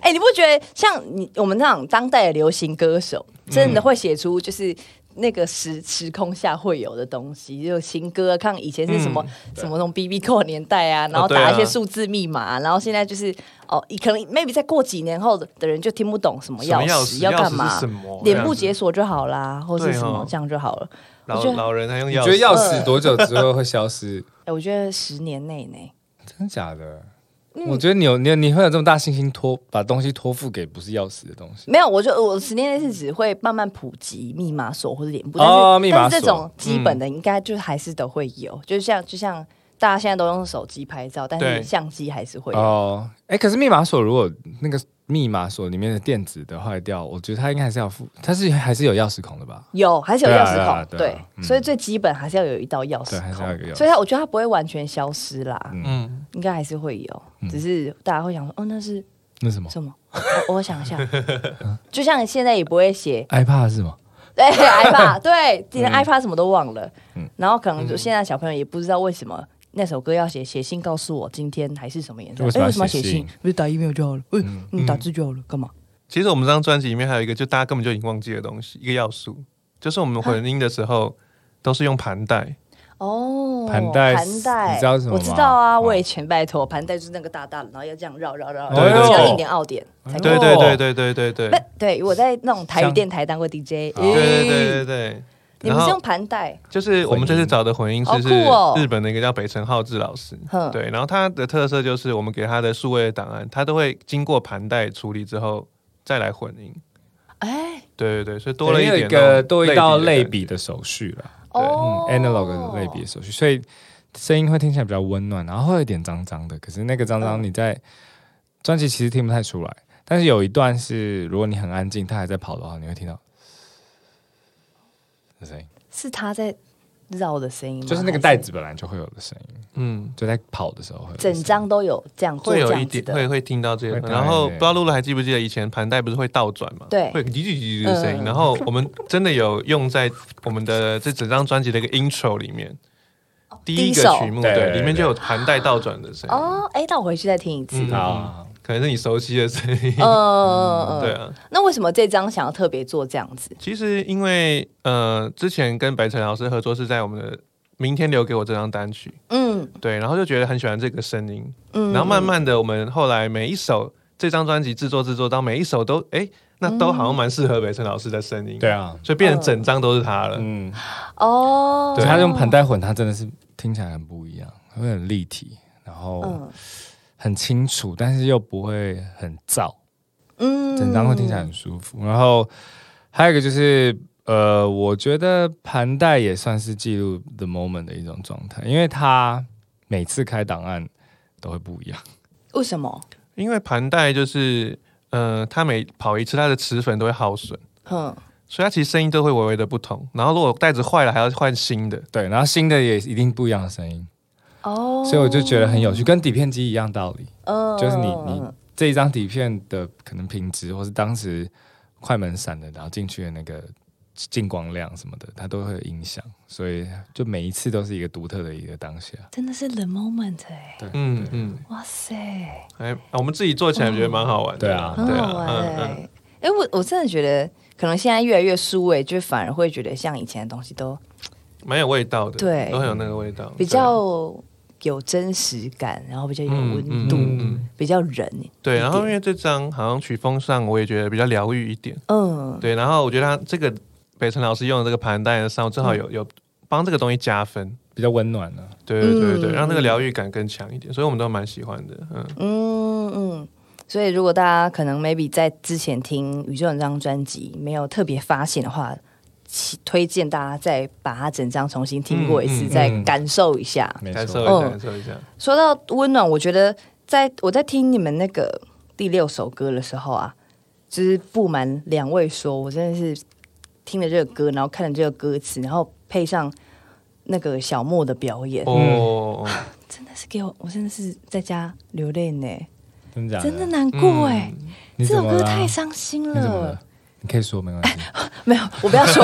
Speaker 2: 哎、你不觉得像你我们那种当代的流行歌手，
Speaker 1: 嗯
Speaker 2: 真的会写出就是那个时时空下会有的东西，就新歌，看以前是什么、什么那种 B B 扣年代啊，然后
Speaker 1: 嗯对啊
Speaker 2: 打一些数字密码、啊然后现在就是哦，可能 maybe 再过几年后的的人就听不懂什么
Speaker 1: 什么
Speaker 2: 钥
Speaker 1: 钥
Speaker 2: 匙
Speaker 1: 匙
Speaker 2: 要
Speaker 1: 钥
Speaker 2: 干
Speaker 1: 匙
Speaker 2: 嘛
Speaker 1: 是什么，啊
Speaker 2: 脸部
Speaker 1: 这样子
Speaker 2: 解锁就好啦，或是
Speaker 1: 对
Speaker 2: 什么
Speaker 1: 哦
Speaker 2: 这样就好了。我
Speaker 1: 老
Speaker 2: 觉得
Speaker 1: 老人还用
Speaker 3: 你
Speaker 1: 钥
Speaker 3: 觉得
Speaker 1: 匙，
Speaker 3: 钥
Speaker 2: 嗯
Speaker 3: 匙多久之后会消失？
Speaker 2: 哎、我觉得十年内呢，
Speaker 3: 真假的？
Speaker 1: 嗯
Speaker 3: 我觉得你有你有你会有这么大信心托把东西托付给不是钥匙的东西。
Speaker 2: 没有，我就我十年内是只会慢慢普及密码锁或者脸部，但是、
Speaker 3: 哦密码
Speaker 2: 但是这
Speaker 3: 锁
Speaker 2: 种基本的应该就还是都会有，就像就像大家现在都用手机拍照，但
Speaker 1: 对
Speaker 2: 是相机还是会有。
Speaker 3: 哦，哎、可是密码锁如果那个密码锁里面的电子的坏掉，我觉得它应该还是要付，它是还是有钥匙孔的吧？
Speaker 2: 有还是有
Speaker 3: 对
Speaker 2: 钥
Speaker 3: 啊
Speaker 2: 匙
Speaker 3: 对啊
Speaker 2: 孔，
Speaker 3: 对啊
Speaker 2: 对，
Speaker 3: 嗯
Speaker 2: 所以最基本还是要有一道钥匙
Speaker 3: 对还是
Speaker 2: 孔
Speaker 3: 要有一个钥匙，
Speaker 2: 所以它我觉得它不会完全消失啦，
Speaker 1: 嗯，
Speaker 2: 应该还是会有，
Speaker 3: 嗯
Speaker 2: 只是大家会想说，哦，那是
Speaker 3: 那什么
Speaker 2: 什么？我我想一下，就像现在也不会写
Speaker 3: iPad 是吗？
Speaker 2: 对 iPad，对，
Speaker 3: 嗯
Speaker 2: 连 iPad 什么都忘了。然后可能就现在小朋友也不知道为什么那首歌要写写信告诉我今天还是什么颜色，
Speaker 3: 为什
Speaker 2: 哎
Speaker 3: 么要
Speaker 2: 为什么要
Speaker 3: 写
Speaker 2: 写
Speaker 3: 信嗯
Speaker 2: 信？嗯不是打 email 就好了？喂，你打字就好了，干嘛？
Speaker 1: 其实我们这张专辑里面还有一个，就大家根本就已经忘记的东西，一个要素，就是我们混音的时候都是用盘带，
Speaker 2: 哦，
Speaker 3: 盘带
Speaker 2: 盘带，
Speaker 3: 你知道是什么吗
Speaker 2: 我知道啊，
Speaker 3: 嗯
Speaker 2: 我以前拜托盘带就是那个大大的，然后要这样绕绕绕，
Speaker 3: 对
Speaker 2: 然后
Speaker 3: 对
Speaker 2: 要
Speaker 3: 对哦
Speaker 2: 一点奥点才可以
Speaker 1: 对对对对对对对
Speaker 2: 不对，我在那种台语
Speaker 3: 像
Speaker 2: 电台当过 DJ，
Speaker 3: 哦
Speaker 1: 对对
Speaker 2: 咦
Speaker 1: 对对对。
Speaker 2: 你
Speaker 1: 然
Speaker 2: 们
Speaker 1: 后
Speaker 2: 是用盘带，
Speaker 1: 就是我们这次找的混音师是
Speaker 2: 好酷哦
Speaker 1: 日本的一个叫北城浩志老师，
Speaker 2: 哼
Speaker 1: 对，然后他的特色就是我们给他的数位档案，他都会经过盘带处理之后再来混音，
Speaker 2: 哎，
Speaker 1: 对对对，所以多了一
Speaker 3: 有
Speaker 1: 点
Speaker 3: 一个
Speaker 1: 那种
Speaker 3: 多一道类
Speaker 1: 比
Speaker 3: 比的手续了。
Speaker 1: 对
Speaker 2: 哦
Speaker 3: 嗯 analog 的类别，手续，所以声音会听起来比较温暖，然后会有点脏脏的。可是那个脏脏
Speaker 2: 嗯
Speaker 3: 你在专辑其实听不太出来，但是有一段是如果你很安静，它还在跑的话，你会听到的声音，
Speaker 2: 是他在绕的声音吗，
Speaker 3: 就是那个
Speaker 2: 还
Speaker 3: 袋子本来就会有的声音，
Speaker 1: 的，嗯，
Speaker 3: 就在跑的时候会有的声
Speaker 2: 整
Speaker 3: 音
Speaker 2: 张都有这样做
Speaker 1: 会有
Speaker 2: 这
Speaker 1: 一
Speaker 2: 样子
Speaker 1: 点
Speaker 2: 的，
Speaker 1: 会会听到这个，
Speaker 3: 会听到
Speaker 1: 然后
Speaker 3: 一
Speaker 1: 不
Speaker 3: 点
Speaker 1: 知道露露还记不记得以前盘带不是会倒转嘛？
Speaker 2: 对
Speaker 1: 会叽叽叽叽的声音，
Speaker 2: 嗯
Speaker 1: 然后我们真的有用在我们的这整张专辑的一个 intro 里面。第一
Speaker 2: 哦第一
Speaker 1: 个
Speaker 2: 首
Speaker 1: 曲目
Speaker 3: 对对
Speaker 1: 对，
Speaker 3: 对
Speaker 1: 里面就有盘带倒转的声音，
Speaker 2: 哦，哎，那我回去再听一次。
Speaker 1: 嗯
Speaker 2: 嗯
Speaker 3: 啊，
Speaker 1: 可能是你熟悉的声音。
Speaker 2: 嗯嗯
Speaker 1: 对。啊，
Speaker 2: 那为什么这张想要特别做这样子？
Speaker 1: 其实因为呃，之前跟白晨老师合作是在我们的《明天留给我》这张单曲，
Speaker 2: 嗯
Speaker 1: 对，然后就觉得很喜欢这个声音，
Speaker 2: 嗯
Speaker 1: 然后慢慢的我们后来每一首这张专辑制作制作到每一首都哎，那都好像蛮适合白晨老师的声音，
Speaker 3: 对，啊，
Speaker 1: 所以变成整张都是他了，
Speaker 3: 嗯，
Speaker 2: 哦，
Speaker 1: 对
Speaker 3: 他用盘带混，它真的是听起来很不一样，会很立体，然后
Speaker 2: 嗯
Speaker 3: 很清楚，但是又不会很燥。
Speaker 2: 嗯
Speaker 3: 整张会听起来很舒服。然后还有一个就是，呃，我觉得盘带也算是记录 the moment 的一种状态，因为它每次开档案都会不一样。
Speaker 2: 嗯为什么？
Speaker 1: 因为盘带就是呃，他每跑一次，他的齿粉都会耗损，
Speaker 2: 嗯，
Speaker 1: 所以他其实声音都会微微的不同，然后如果带子坏了还要换新的，
Speaker 3: 对，然后新的也一定不一样的声音，
Speaker 2: 哦，
Speaker 3: 所以我就觉得很有趣，跟底片机一样道理，
Speaker 2: 嗯
Speaker 3: 就是你你这一张底片的可能品质，或是当时快门闪的，然后进去的那个。进光量什么的，它都会有影响，所以就每一次都是一个独特的一个当下。
Speaker 2: 真的是 the moment 哎，
Speaker 3: 对，
Speaker 1: 嗯嗯，
Speaker 2: 哇塞，
Speaker 1: 哎，我们自己做起来觉得蛮好玩的，嗯
Speaker 2: 很
Speaker 3: 对啊
Speaker 2: 好玩哎。哎，我我真的觉得，可能现在越来越疏位，就反而会觉得像以前的东西都
Speaker 1: 蛮有味道的，
Speaker 2: 对
Speaker 1: 都很有那个味道，啊
Speaker 2: 比较有真实感，然后比较有温度，
Speaker 1: 嗯嗯嗯
Speaker 2: 比较人。
Speaker 1: 对。然后因为这张好像曲风上，我也觉得比较疗愈一点，
Speaker 2: 嗯，
Speaker 1: 对。
Speaker 2: 嗯
Speaker 1: 然后我觉得他这个北辰老师用的这个盘带的上，正好有有帮这个东西加分，
Speaker 3: 比比较温暖啊了、
Speaker 1: 对对对对，
Speaker 2: 嗯
Speaker 1: 让那个疗愈感更强一点，所以我们都蛮喜欢的。嗯，
Speaker 2: 嗯嗯，所以如果大家可能 maybe 在之前听《宇宙人》这张专辑没有特别发现的话，其推荐大家再把它整张重新听过一次，
Speaker 1: 嗯嗯
Speaker 2: 再
Speaker 3: 嗯
Speaker 2: 感受一下。
Speaker 3: 没
Speaker 1: 感受
Speaker 3: 错，
Speaker 1: 一下，
Speaker 2: 嗯
Speaker 1: 感受一下。
Speaker 2: 说到温暖，我觉得在我在听你们那个第六首歌的时候啊，就是不瞒两位说，我真的是听了这个歌，然后看了这个歌词，然后配上那个小莫的表演，
Speaker 1: 哦，
Speaker 2: 真的是给我，我真的是在家流泪呢，
Speaker 3: 真的假
Speaker 2: 真的难过哎、
Speaker 3: 你
Speaker 2: 这
Speaker 3: 怎
Speaker 2: 首
Speaker 3: 么了
Speaker 2: 歌太伤心
Speaker 3: 你怎么
Speaker 2: 了
Speaker 3: 了。？你可以说没 关系，
Speaker 2: 没有，我不要 说，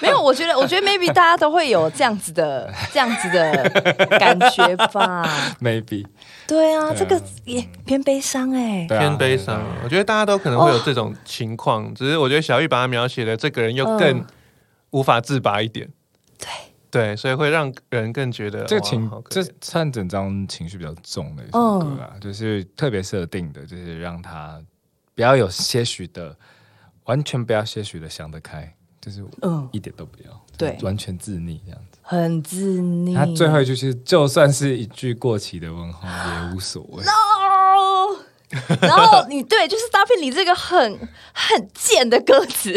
Speaker 2: 没有。我觉得，我觉得 maybe 大家都会有这样子的、这样子的感觉吧。
Speaker 3: maybe
Speaker 2: 对啊，
Speaker 3: 对啊
Speaker 2: 这个也偏悲伤哎、
Speaker 3: 对啊
Speaker 1: 偏悲伤。我觉得大家都可能会
Speaker 2: 哦
Speaker 1: 有这种情况，只是我觉得小玉把他描写的这个人又更
Speaker 2: 嗯
Speaker 1: 无法自拔一点。
Speaker 2: 对
Speaker 1: 对，所以会让人更觉得
Speaker 3: 这个
Speaker 1: 哇
Speaker 3: 情
Speaker 1: 好可
Speaker 3: 这
Speaker 1: 怜嗯
Speaker 3: 算整张情绪比较重的一首歌啊，就是特别设定的，就是让他不要有些许的，完全不要些许的想得开，就是
Speaker 2: 嗯，
Speaker 3: 一点都不要，
Speaker 2: 对
Speaker 3: 完全自溺这样子。
Speaker 2: 很自溺。
Speaker 3: 他最后一句是，就算是一句过期的问候也无所谓。
Speaker 2: 哦，然后你对，就是搭配你这个很很贱的歌 词。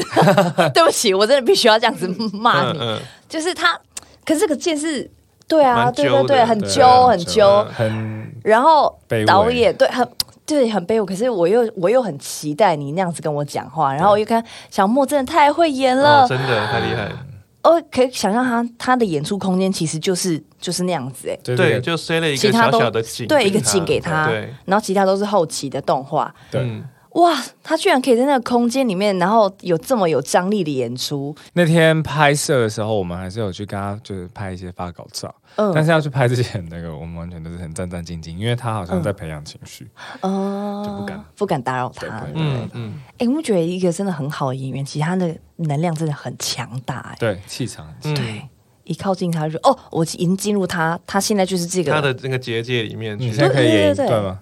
Speaker 2: 对不起，我真的必须要这样子骂你。
Speaker 1: 嗯
Speaker 2: 就是他，可是这个贱是，对啊，
Speaker 1: 蛮
Speaker 2: 对
Speaker 1: 揪
Speaker 2: 对
Speaker 1: 的
Speaker 2: 对，很
Speaker 3: 对
Speaker 2: 揪，很
Speaker 3: 很
Speaker 2: 揪。
Speaker 3: 很
Speaker 2: 然后
Speaker 3: 卑微
Speaker 2: 导演对很对很卑微，可是我又我又很期待你那样子跟我讲话，然后我又看小莫真的太会演
Speaker 1: 嗯，
Speaker 2: 了，
Speaker 1: 哦，真的太厉害了。
Speaker 2: 哦，可以想象他他的演出空间其实就是就是那样子哎，
Speaker 3: 就是那
Speaker 1: 对，
Speaker 3: 个
Speaker 1: 就塞了一
Speaker 2: 其
Speaker 1: 个
Speaker 2: 他
Speaker 1: 小
Speaker 2: 都
Speaker 1: 小的景，
Speaker 2: 对一个景给他
Speaker 1: 对，
Speaker 2: 然后其他都是后期的动画，
Speaker 3: 对
Speaker 1: 嗯
Speaker 2: 哇，他居然可以在那个空间里面，然后有这么有张力的演出，
Speaker 3: 那天拍摄的时候，我们还是有去跟他就是拍一些发稿照，
Speaker 2: 嗯
Speaker 3: 但是要去拍之前，那个我们完全都是很战战兢兢，因为他好像在培养情绪。
Speaker 2: 哦，
Speaker 3: 就不敢
Speaker 2: 不敢打扰他，
Speaker 3: 对不敢
Speaker 1: 嗯嗯，
Speaker 2: 哎，我觉得一个真的很好的演员，其实他的能量真的很强大哎，
Speaker 3: 对，气场很强。
Speaker 1: 对，
Speaker 2: 一靠近他就哦，我已经进入他，他现在就是这个
Speaker 1: 他的那个结界里面
Speaker 3: 你
Speaker 1: 去
Speaker 3: 现，嗯在可以演
Speaker 2: 对
Speaker 3: 一
Speaker 2: 对对
Speaker 3: 段吗？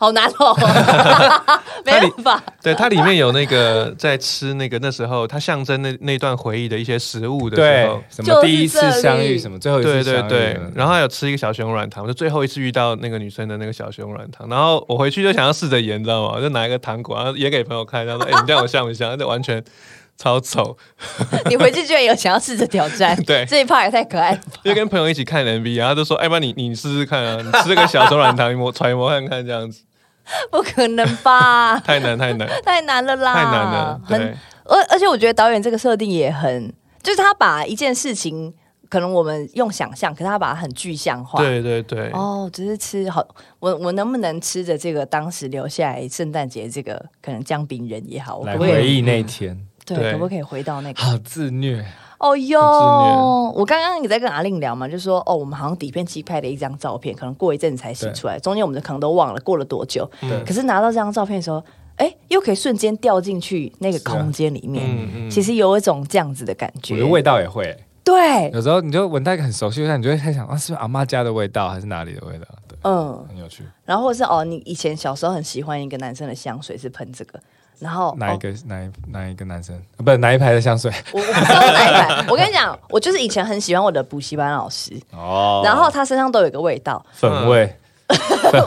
Speaker 2: 好难 哦， 没办法。
Speaker 1: 对，它里面有那个在吃那个那时候，它象征那那段回忆的一些食物的时
Speaker 3: 对
Speaker 1: 候，，
Speaker 3: 什么第一
Speaker 2: 就
Speaker 3: 次
Speaker 2: 是这里
Speaker 3: 相遇，什么最后一
Speaker 1: 对
Speaker 3: 次相
Speaker 1: 对
Speaker 3: 遇，
Speaker 1: 对，然后
Speaker 3: 后
Speaker 1: 还有吃一个小熊软糖，就最后一次遇到那个女生的那个小熊软糖，然后我回去就想要试着演，你知道吗？我就拿一个糖果，然后演给朋友看，然后说：“哎、你这样我像不像？”那完全超丑，
Speaker 2: 你回去居然有想要试着挑战，
Speaker 1: 对
Speaker 2: 这一 part 也太可爱了吧。
Speaker 1: 就跟朋友一起看 MV，然后就说：“哎，不然你你试试看啊，你吃这个小熊软糖，你摸揣摩看看，这样子
Speaker 2: 不可能 吧？
Speaker 1: 太难太难
Speaker 2: 太难了啦，
Speaker 1: 太难 了。”
Speaker 2: 很
Speaker 1: 对，
Speaker 2: 而而且我觉得导演这个设定也很，就是他把一件事情，可能我们用想象，可是他把它很具象化。
Speaker 1: 对对对，
Speaker 2: 哦，只是吃好，我我能不能吃着这个当时留下来圣诞节这个可能姜饼人也好，我
Speaker 3: 来
Speaker 2: 可不可
Speaker 3: 回
Speaker 2: 以
Speaker 3: 忆那天，
Speaker 2: 对
Speaker 1: 对
Speaker 2: 可不可以回到那个？
Speaker 3: 好自虐，
Speaker 2: 哦哟
Speaker 1: 很自虐，
Speaker 2: 我刚刚也在跟阿令聊嘛，就说哦，我们好像底片机拍的一张照片，可能过一阵子才洗出来，中间我们可能都忘了过了多久。
Speaker 1: 嗯
Speaker 2: 可是拿到这张照片的时候，哎，又可以瞬间掉进去那个
Speaker 3: 是啊
Speaker 2: 空间里面，
Speaker 1: 嗯嗯
Speaker 2: 其实有一种这样子的感
Speaker 3: 我
Speaker 2: 觉
Speaker 3: 的。味道也会。
Speaker 2: 对，
Speaker 3: 有时候你就闻到一个很熟悉的味道，你就会在想啊，是不是阿妈家的味道，还是哪里的味道？对，
Speaker 2: 嗯，
Speaker 3: 很有趣。
Speaker 2: 然后或者是哦，你以前小时候很喜欢一个男生的香水是喷这个，然后
Speaker 3: 哪一
Speaker 2: 哦
Speaker 3: 个哪一哪一个男生？啊不是哪一排的香水？
Speaker 2: 我我不知道是哪一款，我跟你讲，我就是以前很喜欢我的补习班老师，
Speaker 3: 哦
Speaker 2: 然后他身上都有一个味道，
Speaker 3: 粉味，
Speaker 2: 我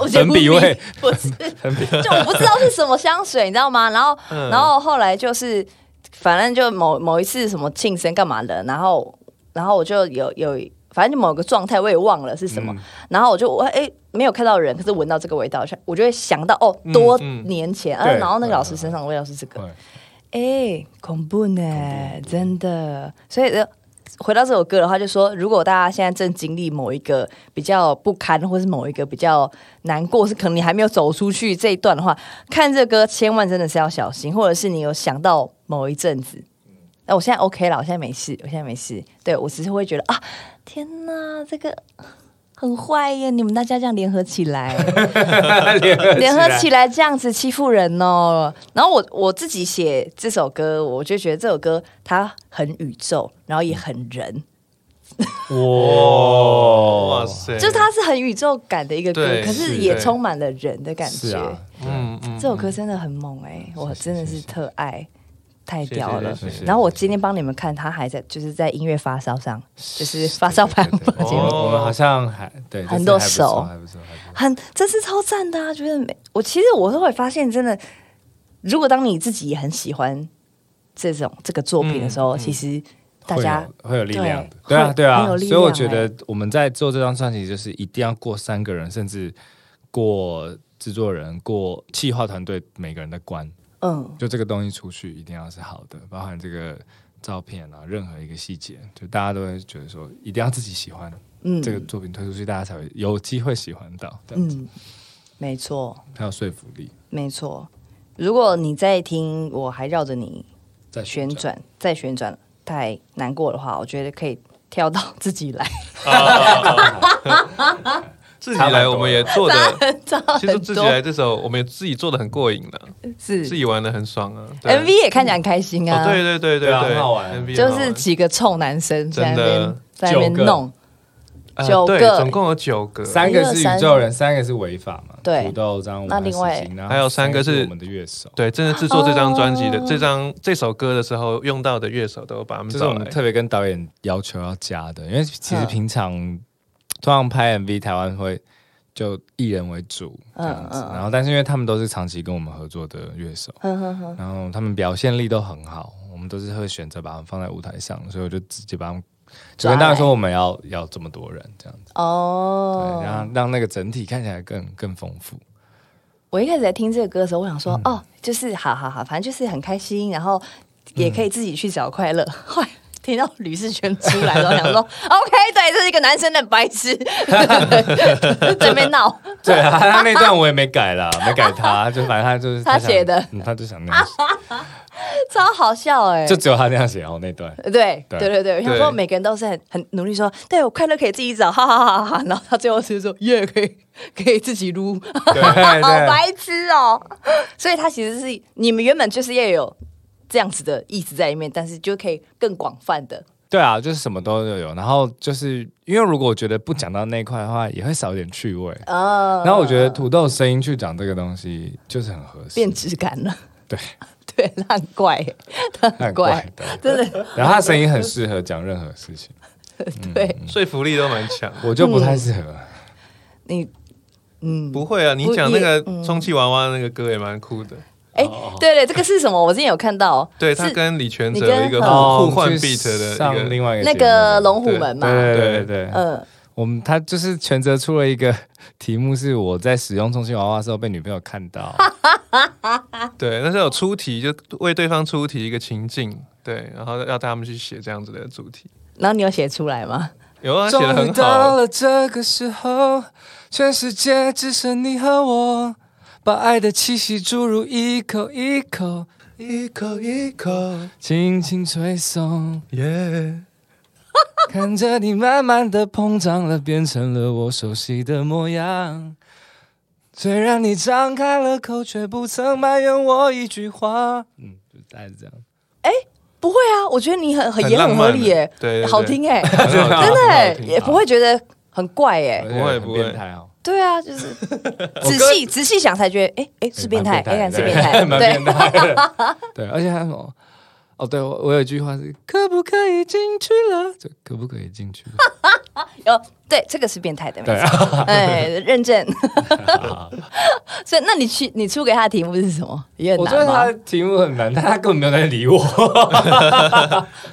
Speaker 3: 粉
Speaker 2: 觉得
Speaker 3: 粉
Speaker 2: 不
Speaker 3: 笔味，
Speaker 2: 不是，
Speaker 3: 粉笔。
Speaker 2: 就我不知道是什么香水，你知道吗？然后，
Speaker 1: 嗯
Speaker 2: 然后后来就是，反正就某某一次什么庆生干嘛的，然后，然后我就有有，反正就某个状态我也忘了是什么，然后我就我哎、没有看到人，可是闻到这个味道，我就会想到哦，
Speaker 1: 嗯
Speaker 2: 多
Speaker 1: 嗯
Speaker 2: 年前，啊
Speaker 3: 对
Speaker 2: 然后那个老师身上的味道是这个，
Speaker 3: 对
Speaker 2: 哎、恐怖呢，真的，所以。呃回到这首歌的话，就说如果大家现在正经历某一个比较不堪，或是某一个比较难过，是可能你还没有走出去这一段的话，看这歌千万真的是要小心，或者是你有想到某一阵子，那、我现在 OK 了，我现在没事，我现在没事，对我只是会觉得啊，天哪，这个很坏耶！你们大家这样联合起来，联合起来这样子欺负人哦。然后我我自己写这首歌，我就觉得这首歌它很宇宙，然后也很人，
Speaker 3: 哇
Speaker 1: 哇塞，
Speaker 2: 就是它是很宇宙感的一个歌，
Speaker 1: 对
Speaker 2: 可是
Speaker 1: 是
Speaker 2: 也
Speaker 1: 对
Speaker 2: 充满了人的感
Speaker 3: 是
Speaker 2: 觉。
Speaker 3: 啊，
Speaker 1: 嗯，嗯嗯，
Speaker 2: 这首歌真的很猛哎、我
Speaker 3: 是
Speaker 2: 真的
Speaker 3: 是
Speaker 2: 是
Speaker 3: 是
Speaker 2: 特爱。太屌了。
Speaker 1: 嗯谢谢谢谢
Speaker 2: 然后我今天帮你们看，他还在就是在音乐发烧上，就是发烧
Speaker 3: 对
Speaker 2: 排
Speaker 3: 对
Speaker 2: 行
Speaker 3: 对
Speaker 2: 榜
Speaker 3: 对
Speaker 2: 前面
Speaker 1: 哦
Speaker 3: 我们好像还对
Speaker 2: 很多首
Speaker 3: 还不错，还不错，还不错
Speaker 2: 很这次超赞的啊！觉得每我其实我后来发现，真的，如果当你自己也很喜欢这种这个作品的时候，其实大家
Speaker 3: 会有会有力量的，
Speaker 2: 对
Speaker 3: 对啊，对啊
Speaker 2: 很有，力
Speaker 3: 所
Speaker 2: 量
Speaker 3: 以我觉得我们在做这张专辑，就是一定要过三个人，甚至过制作人、过企划团队每个人的关，
Speaker 2: 嗯
Speaker 3: 就这个东西出去一定要是好的，包含这个照片啊，任何一个细节，就大家都会觉得说一定要自己喜欢、
Speaker 2: 嗯
Speaker 3: 这个作品推出去，大家才会有机会喜欢到，这样子，
Speaker 2: 嗯，没错
Speaker 3: 很有说服力。
Speaker 2: 没错。如果你在听，我还绕着你
Speaker 3: 在
Speaker 2: 旋转再旋转，太难过的话，我觉得可以跳到自己来。
Speaker 1: 自己来我们也做 的，
Speaker 2: 知道
Speaker 1: 哦其实
Speaker 2: 很
Speaker 1: 自己
Speaker 2: 多
Speaker 1: 来这首我们也自己做的很过瘾了，
Speaker 2: 是
Speaker 1: 自己玩的很爽啊。对
Speaker 2: MV 也看起来很开心啊，
Speaker 1: 哦，对对对
Speaker 3: 对啊
Speaker 1: 对，
Speaker 3: 很好玩
Speaker 1: MV
Speaker 2: 就
Speaker 1: 很好
Speaker 2: 是
Speaker 1: 玩
Speaker 2: 几个臭男生在那
Speaker 1: 真
Speaker 2: 边
Speaker 1: 的
Speaker 2: 在那边
Speaker 3: 九个
Speaker 2: 弄，
Speaker 1: 呃
Speaker 2: 九
Speaker 1: 对
Speaker 2: 个
Speaker 1: 总共有九个，
Speaker 3: 三个是宇宙人，三个是违法嘛？
Speaker 2: 对
Speaker 3: 土豆张武
Speaker 2: 那
Speaker 3: 汉
Speaker 2: 另外
Speaker 3: 石井然后
Speaker 1: 还有三个是
Speaker 3: 我们的乐手，
Speaker 1: 对，真的制作这张专辑的、
Speaker 2: 哦
Speaker 1: 这张这首歌的时候用到的乐手都把他们
Speaker 3: 嗯这是
Speaker 1: 找
Speaker 3: 我
Speaker 1: 来
Speaker 3: 们。特别跟导演要求要加的，因为其实
Speaker 2: 嗯
Speaker 3: 平常通常拍 MV 台湾会就艺人为主这样子
Speaker 2: 嗯，嗯嗯
Speaker 3: 然后但是因为他们都是长期跟我们合作的乐手，
Speaker 2: 哼哼哼，
Speaker 3: 然后他们表现力都很好，我们都是会选择把他们放在舞台上，所以我就直接把他们就
Speaker 2: 抓来
Speaker 3: 跟大家说我们要要这么多人这样子，
Speaker 2: 哦
Speaker 3: 对，，然后让那个整体看起来更更丰富。
Speaker 2: 我一开始在听这个歌的时候，我想说，哦，就是好好好，反正就是很开心，然后也可以自己去找快乐。后来听到吕世全出来了，我想说，OK，对，这是一个男生的白痴， 在那边闹，
Speaker 3: 对啊，他那段我也没改啦，没改他，就反正 他就是
Speaker 2: 他
Speaker 3: 想
Speaker 2: 写的
Speaker 3: 嗯他就想那样写，
Speaker 2: 超好笑哎、
Speaker 3: 就只有他那样写哦那段。
Speaker 2: 对对
Speaker 3: 对
Speaker 2: 对对，我想
Speaker 1: 对
Speaker 2: 说每个人都是很很努力说，对我快乐可以自己找，哈哈哈哈哈。然后他最后是说，耶，可以 可以自己撸，
Speaker 3: 对对
Speaker 2: 好白痴哦。所以他其实是你们原本就是要有这样子的意思在里面，但是就可以更广泛的，
Speaker 3: 对啊，就是什么都有。然后就是因为如果我觉得不讲到那一块的话，也会少一点趣味。
Speaker 2: 呃，
Speaker 3: 然后我觉得土豆声音去讲这个东西就是很合适
Speaker 2: 变，质感了，
Speaker 3: 对，
Speaker 2: 对，他很怪 欸，他
Speaker 3: 它
Speaker 2: 很
Speaker 3: 很
Speaker 2: 怪
Speaker 3: 怪，的。
Speaker 2: 真的
Speaker 3: 然后他声音很适合讲任何事情，
Speaker 2: 对
Speaker 1: 说服力都蛮强，
Speaker 3: 我就不太适合。
Speaker 2: 你，嗯，
Speaker 1: 不会啊！你
Speaker 2: 不嗯
Speaker 1: 讲那
Speaker 2: 也
Speaker 1: 个充气娃娃那个歌也蛮酷的，
Speaker 2: 哎，对对，这个是什么？我之前有看到，哦
Speaker 1: 对他
Speaker 2: 是
Speaker 1: 跟李全
Speaker 2: 你
Speaker 1: 哲
Speaker 2: 跟哦
Speaker 1: 有一个
Speaker 2: 何
Speaker 1: 哦互互换
Speaker 3: 去
Speaker 1: beat 的
Speaker 3: 上
Speaker 1: 一个，
Speaker 3: 另外一个
Speaker 2: 那
Speaker 3: 节目
Speaker 2: 个龙虎
Speaker 1: 对
Speaker 2: 门嘛，
Speaker 3: 对对对对，
Speaker 2: 嗯，
Speaker 3: 我们他就是全责出了一个题目，是我在使用充气娃娃的时候被女朋友看到，
Speaker 1: 对，那时候有出题，就为对方出题一个情境，对，然后要他们去写这样子的主题。
Speaker 2: 然后你有写出来吗？
Speaker 1: 有啊，写
Speaker 3: 终
Speaker 1: 的
Speaker 3: 于
Speaker 1: 很
Speaker 3: 到
Speaker 1: 好，
Speaker 3: 了这个时候，全世界只剩你和我，把爱的气息注入一口一口，
Speaker 1: 一口一口，
Speaker 3: 轻轻吹送，
Speaker 1: 耶！
Speaker 3: 看着你慢慢的膨胀了，变成了我熟悉的模样。虽然你张开了口，却不曾埋怨我一句话。嗯，就大概是这样。
Speaker 2: 不会啊，我觉得你很很
Speaker 1: 很
Speaker 2: 也很
Speaker 1: 浪
Speaker 2: 合
Speaker 1: 漫
Speaker 2: 理耶，
Speaker 1: 对对对
Speaker 2: 好听哎，真
Speaker 1: 很好听很
Speaker 2: 的耶
Speaker 1: 好听
Speaker 2: 也不会觉得很怪哎。
Speaker 1: 不会不会
Speaker 3: 变态哦。
Speaker 2: 对啊，就是仔细仔细想才觉得，哎哎是变态，哎
Speaker 3: 蛮
Speaker 2: 是变态，
Speaker 3: 蛮
Speaker 2: 对
Speaker 3: 变，态的。 对，而且还有什么？哦，对，我我有一句话是“可不可以进去了”，就可不可以进去了？
Speaker 2: 哦对，这个是变态的，
Speaker 3: 对啊
Speaker 2: 没错，哎认证。 所以那你去你出给他的题目是什么？也很
Speaker 3: 啊我觉得
Speaker 2: 难
Speaker 3: 他的
Speaker 2: 吗？
Speaker 3: 题目很难，但他根本没有在理我。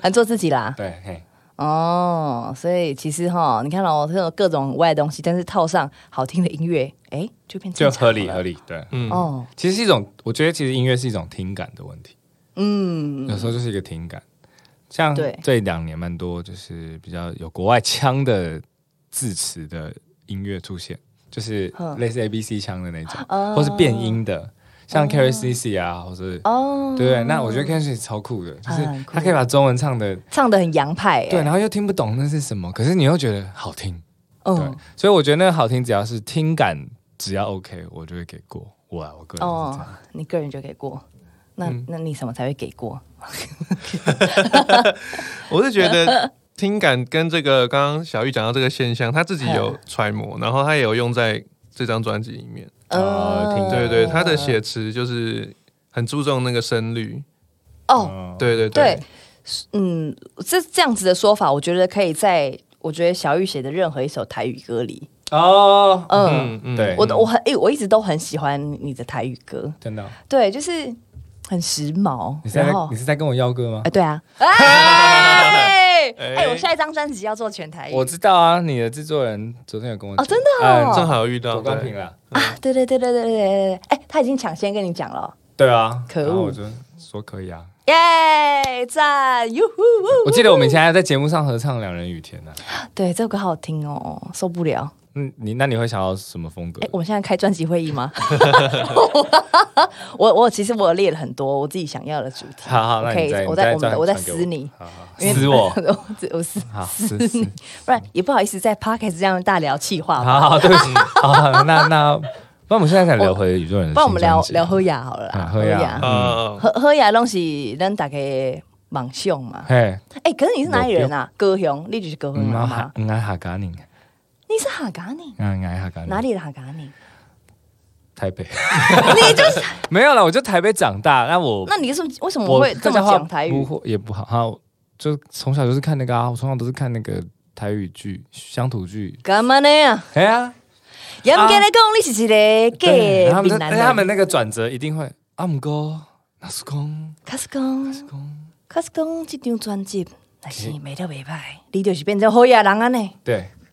Speaker 2: 很做自己啦。
Speaker 3: 对，嘿
Speaker 2: 哦，所以其实哈，你看到、哦、这种各种外的东西，但是套上好听的音乐，哎，就变
Speaker 3: 就
Speaker 2: 正常
Speaker 3: 合理
Speaker 2: 了
Speaker 3: 合理。对，
Speaker 1: 嗯，
Speaker 2: 哦，
Speaker 3: 其实是一种，我觉得其实音乐是一种听感的问题，
Speaker 2: 嗯，
Speaker 3: 有时候就是一个听感。像
Speaker 2: 对
Speaker 3: 这两年蛮多就是比较有国外腔的字词的音乐出现，就是
Speaker 2: 嗯
Speaker 3: 类似 A B C 腔的那种，
Speaker 2: 哦嗯
Speaker 3: 或是变音的，像 Carrie C C 啊，或是
Speaker 2: 哦，啊
Speaker 3: 对，那我觉得 k a n s h i 超酷的，就是
Speaker 2: 很酷
Speaker 3: 他可以把中文唱的，
Speaker 2: 唱的很洋派、欸，
Speaker 3: 对，然后又听不懂那是什么，可是你又觉得好听，对
Speaker 2: 嗯，，
Speaker 3: 所以我觉得那个好听，只要是听感，只要 OK，我就会给过。我啊，我个人是这
Speaker 2: 哦
Speaker 3: 样，，嗯
Speaker 2: 你个人就给过，那、那你什么才会给过？
Speaker 1: 我是觉得听感跟这个刚刚小玉讲到这个现象，他自己有揣摩，然后他也有用在这张专辑里面。
Speaker 3: 哦听
Speaker 2: 呃
Speaker 1: 对对，他的写词就是很注重那个声律，
Speaker 2: 哦，
Speaker 1: 对对
Speaker 2: 对，嗯，这这样子的说法，我觉得可以在我觉得小玉写的任何一首台语歌里，
Speaker 3: 哦，
Speaker 2: 嗯，
Speaker 1: 嗯嗯
Speaker 3: 对
Speaker 2: 我我很诶、我一直都很喜欢你的台语歌，
Speaker 3: 真的哦，
Speaker 2: 对，就是很时髦
Speaker 3: 你，是在
Speaker 2: 然后
Speaker 3: 你是在跟我要歌吗
Speaker 2: 哎、？对 啊，哎哎，我下一张专辑要做全台语，
Speaker 3: 我知道啊，你的制作人昨天有跟我
Speaker 2: 哦真的哦
Speaker 3: 的
Speaker 1: 正好有遇到
Speaker 3: 左冠
Speaker 1: 对
Speaker 3: 平啦，
Speaker 2: 啊，对对对对对对对对，哎、他已经抢先跟你讲了，
Speaker 3: 对啊，
Speaker 2: 可恶
Speaker 3: 然后我就说可以啊。
Speaker 2: 耶，赞，哟呼呼，
Speaker 3: 我记得我们现在在节目上合唱《两人雨天》呢。
Speaker 2: 对，这首歌好好听哦，受不 了。
Speaker 3: 嗯，你那你会想要什么风格
Speaker 2: 哎、？我们现在开专辑会议 吗？我我其实我列了很多我自己想要的主题，
Speaker 3: 好好，那
Speaker 2: 可
Speaker 3: 你
Speaker 2: 以
Speaker 3: 再，
Speaker 2: 我在
Speaker 3: 你再
Speaker 2: 我在
Speaker 3: 传给
Speaker 2: 撕你
Speaker 3: 好好
Speaker 2: 因为，
Speaker 3: 撕 我
Speaker 2: 我只我撕
Speaker 3: 好
Speaker 2: 撕
Speaker 3: 撕撕
Speaker 2: 你，不然也不好意思在 p o c k e t 这样大聊气话嘛，
Speaker 3: 好好，对不 起，好，好那那，不然我们现在才聊回宇宙人的新专辑，
Speaker 2: 不然我们聊聊喝雅好了
Speaker 3: 啊
Speaker 2: 啦，
Speaker 3: 喝雅嗯
Speaker 1: 嗯，
Speaker 2: 喝喝雅东西咱大概蛮像 嘛。
Speaker 3: 嘿，
Speaker 2: 哎、可是你是哪里人啊？高雄，你就是高雄
Speaker 3: 嗯，
Speaker 2: 人吗
Speaker 3: 我哈？，我哈嘎宁，
Speaker 2: 你是哈嘎尼？
Speaker 3: 嗯，我哈嘎宁，
Speaker 2: 哪？里的哈嘎尼？
Speaker 3: 台北，
Speaker 2: 你就是，
Speaker 3: 没有了，我就台北长大，那我
Speaker 2: 那你是为什么
Speaker 3: 我
Speaker 2: 会这么
Speaker 3: 客家话
Speaker 2: 讲台
Speaker 3: 不
Speaker 2: 语？
Speaker 3: 会也不好，哈，就从小就是看那个啊，我从小都是看那个台语剧、乡土剧，
Speaker 2: 干嘛呢呀？
Speaker 3: 哎呀，
Speaker 2: 严格来讲，你是一个
Speaker 3: 对，
Speaker 2: gay
Speaker 3: 然后他
Speaker 2: 闽
Speaker 3: 们就
Speaker 2: 南
Speaker 3: 哎他们
Speaker 2: 人。
Speaker 3: 那个转折一定会阿姆哥。那是公，
Speaker 2: 卡斯讲，
Speaker 3: 公
Speaker 2: 卡斯讲，这张专辑那是卖得袂歹，你就是变成好野人安尼。
Speaker 3: 对，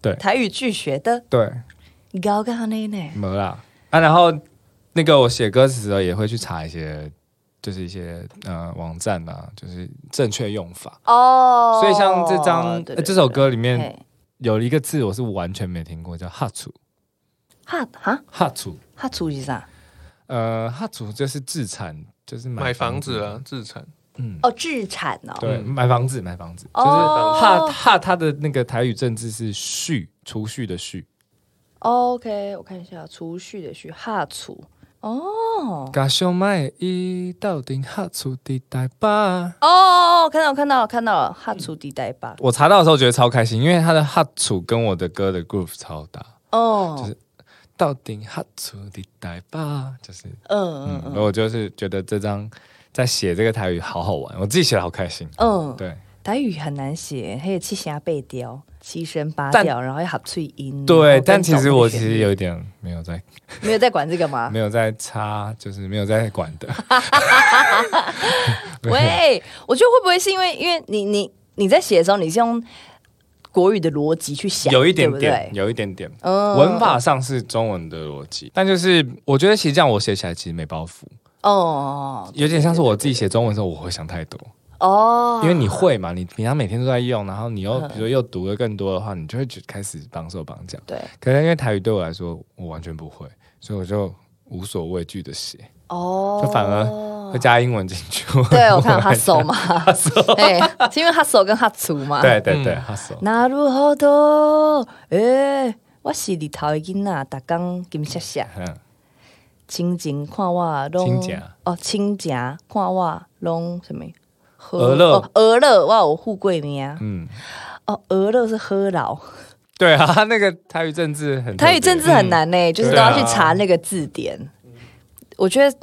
Speaker 3: 对
Speaker 2: 台语剧学的，
Speaker 3: 对，
Speaker 2: 搞个呢呢。
Speaker 3: 没啦啊。然后那个我写歌词的时候也会去查一些，就是一些呃网站啊，就是正确用法。
Speaker 2: 哦，
Speaker 3: 所以像这张、
Speaker 2: 对
Speaker 3: 呃这首，歌里
Speaker 2: 对
Speaker 3: 面
Speaker 2: 嘿
Speaker 3: 有一个字我是完全没听过，叫哈楚
Speaker 2: 哈哈
Speaker 3: 哈楚。
Speaker 2: 哈出是啥？
Speaker 3: 呃，哈楚就是自产，就是
Speaker 1: 买
Speaker 3: 买
Speaker 1: 房子啊，自产，
Speaker 2: 哦，剧产哦，
Speaker 3: 对，买房子，买房子，
Speaker 2: 哦
Speaker 3: 就是哈哈，他的那个台语政治是蓄，储蓄的蓄，
Speaker 2: 哦 OK，我看一下，储蓄的蓄，哈储，哦
Speaker 3: 嘎小麦一到顶哈储地带吧。
Speaker 2: 哦，看到了看到了看到了，哈储地带吧，
Speaker 3: 我查到的时候觉得超开心，因为他的哈楚跟我的歌的 groove 超搭，
Speaker 2: 哦
Speaker 3: 是，到顶哈楚地带吧，就是，
Speaker 2: 嗯
Speaker 3: 嗯
Speaker 2: 嗯，
Speaker 3: 然后我就是觉得这张在写这个台语好好玩，我自己写的好开心，
Speaker 2: 嗯，
Speaker 3: 对
Speaker 2: 台语很难写，还有七声八调、七声八
Speaker 3: 但
Speaker 2: 调，然后要合脆音，然后
Speaker 3: 对，
Speaker 2: 跟
Speaker 3: 但其实我
Speaker 2: 脚步
Speaker 3: 其
Speaker 2: 旋
Speaker 3: 实
Speaker 2: 律
Speaker 3: 有一点没有在
Speaker 2: 没有在管这个吗？
Speaker 3: 没有在插，就是没有在管的，
Speaker 2: 喂， 我觉得会不会是因为因为你你你在写的时候，你是用国语的逻辑去想，
Speaker 3: 有一点
Speaker 2: 对不
Speaker 3: 点
Speaker 2: 对，
Speaker 3: 有一点点。
Speaker 2: 嗯
Speaker 3: 文法上是中文的逻辑，但就是我觉得其实这样我写起来其实没包袱，
Speaker 2: 哦
Speaker 3: 有点像是我自己写中文的时候我会想太多，
Speaker 2: 哦，
Speaker 3: 因为你会嘛，你平常每天都在用，然后你
Speaker 2: 嗯
Speaker 3: 又比如说又读的更多的话，你就会觉开始绑手绑脚。
Speaker 2: 对
Speaker 3: 可是因为台语对我来说我完全不会，所以我就无所畏惧的写，
Speaker 2: 哦，
Speaker 3: 就反而会加英文进去。
Speaker 2: 对我看哈手嘛，哈 手，哎，是因为哈手跟哈粗嘛，
Speaker 3: 对对
Speaker 1: 嗯
Speaker 3: 对，哈手。
Speaker 2: 那如何多？哎，我是里头的囡仔，逐工金闪闪，
Speaker 3: 嗯，
Speaker 2: 亲情看我拢
Speaker 3: 亲情
Speaker 2: 哦，亲情看我拢什么？呵
Speaker 3: 鹅乐
Speaker 2: 哦鹅乐，我有富贵名。
Speaker 3: 嗯，
Speaker 2: 啊哦，鹅乐是喝老，
Speaker 3: 对啊， 那个台语政治很特别嗯啊
Speaker 2: 台语政治很难呢、就是都要去查那个字典。我觉得，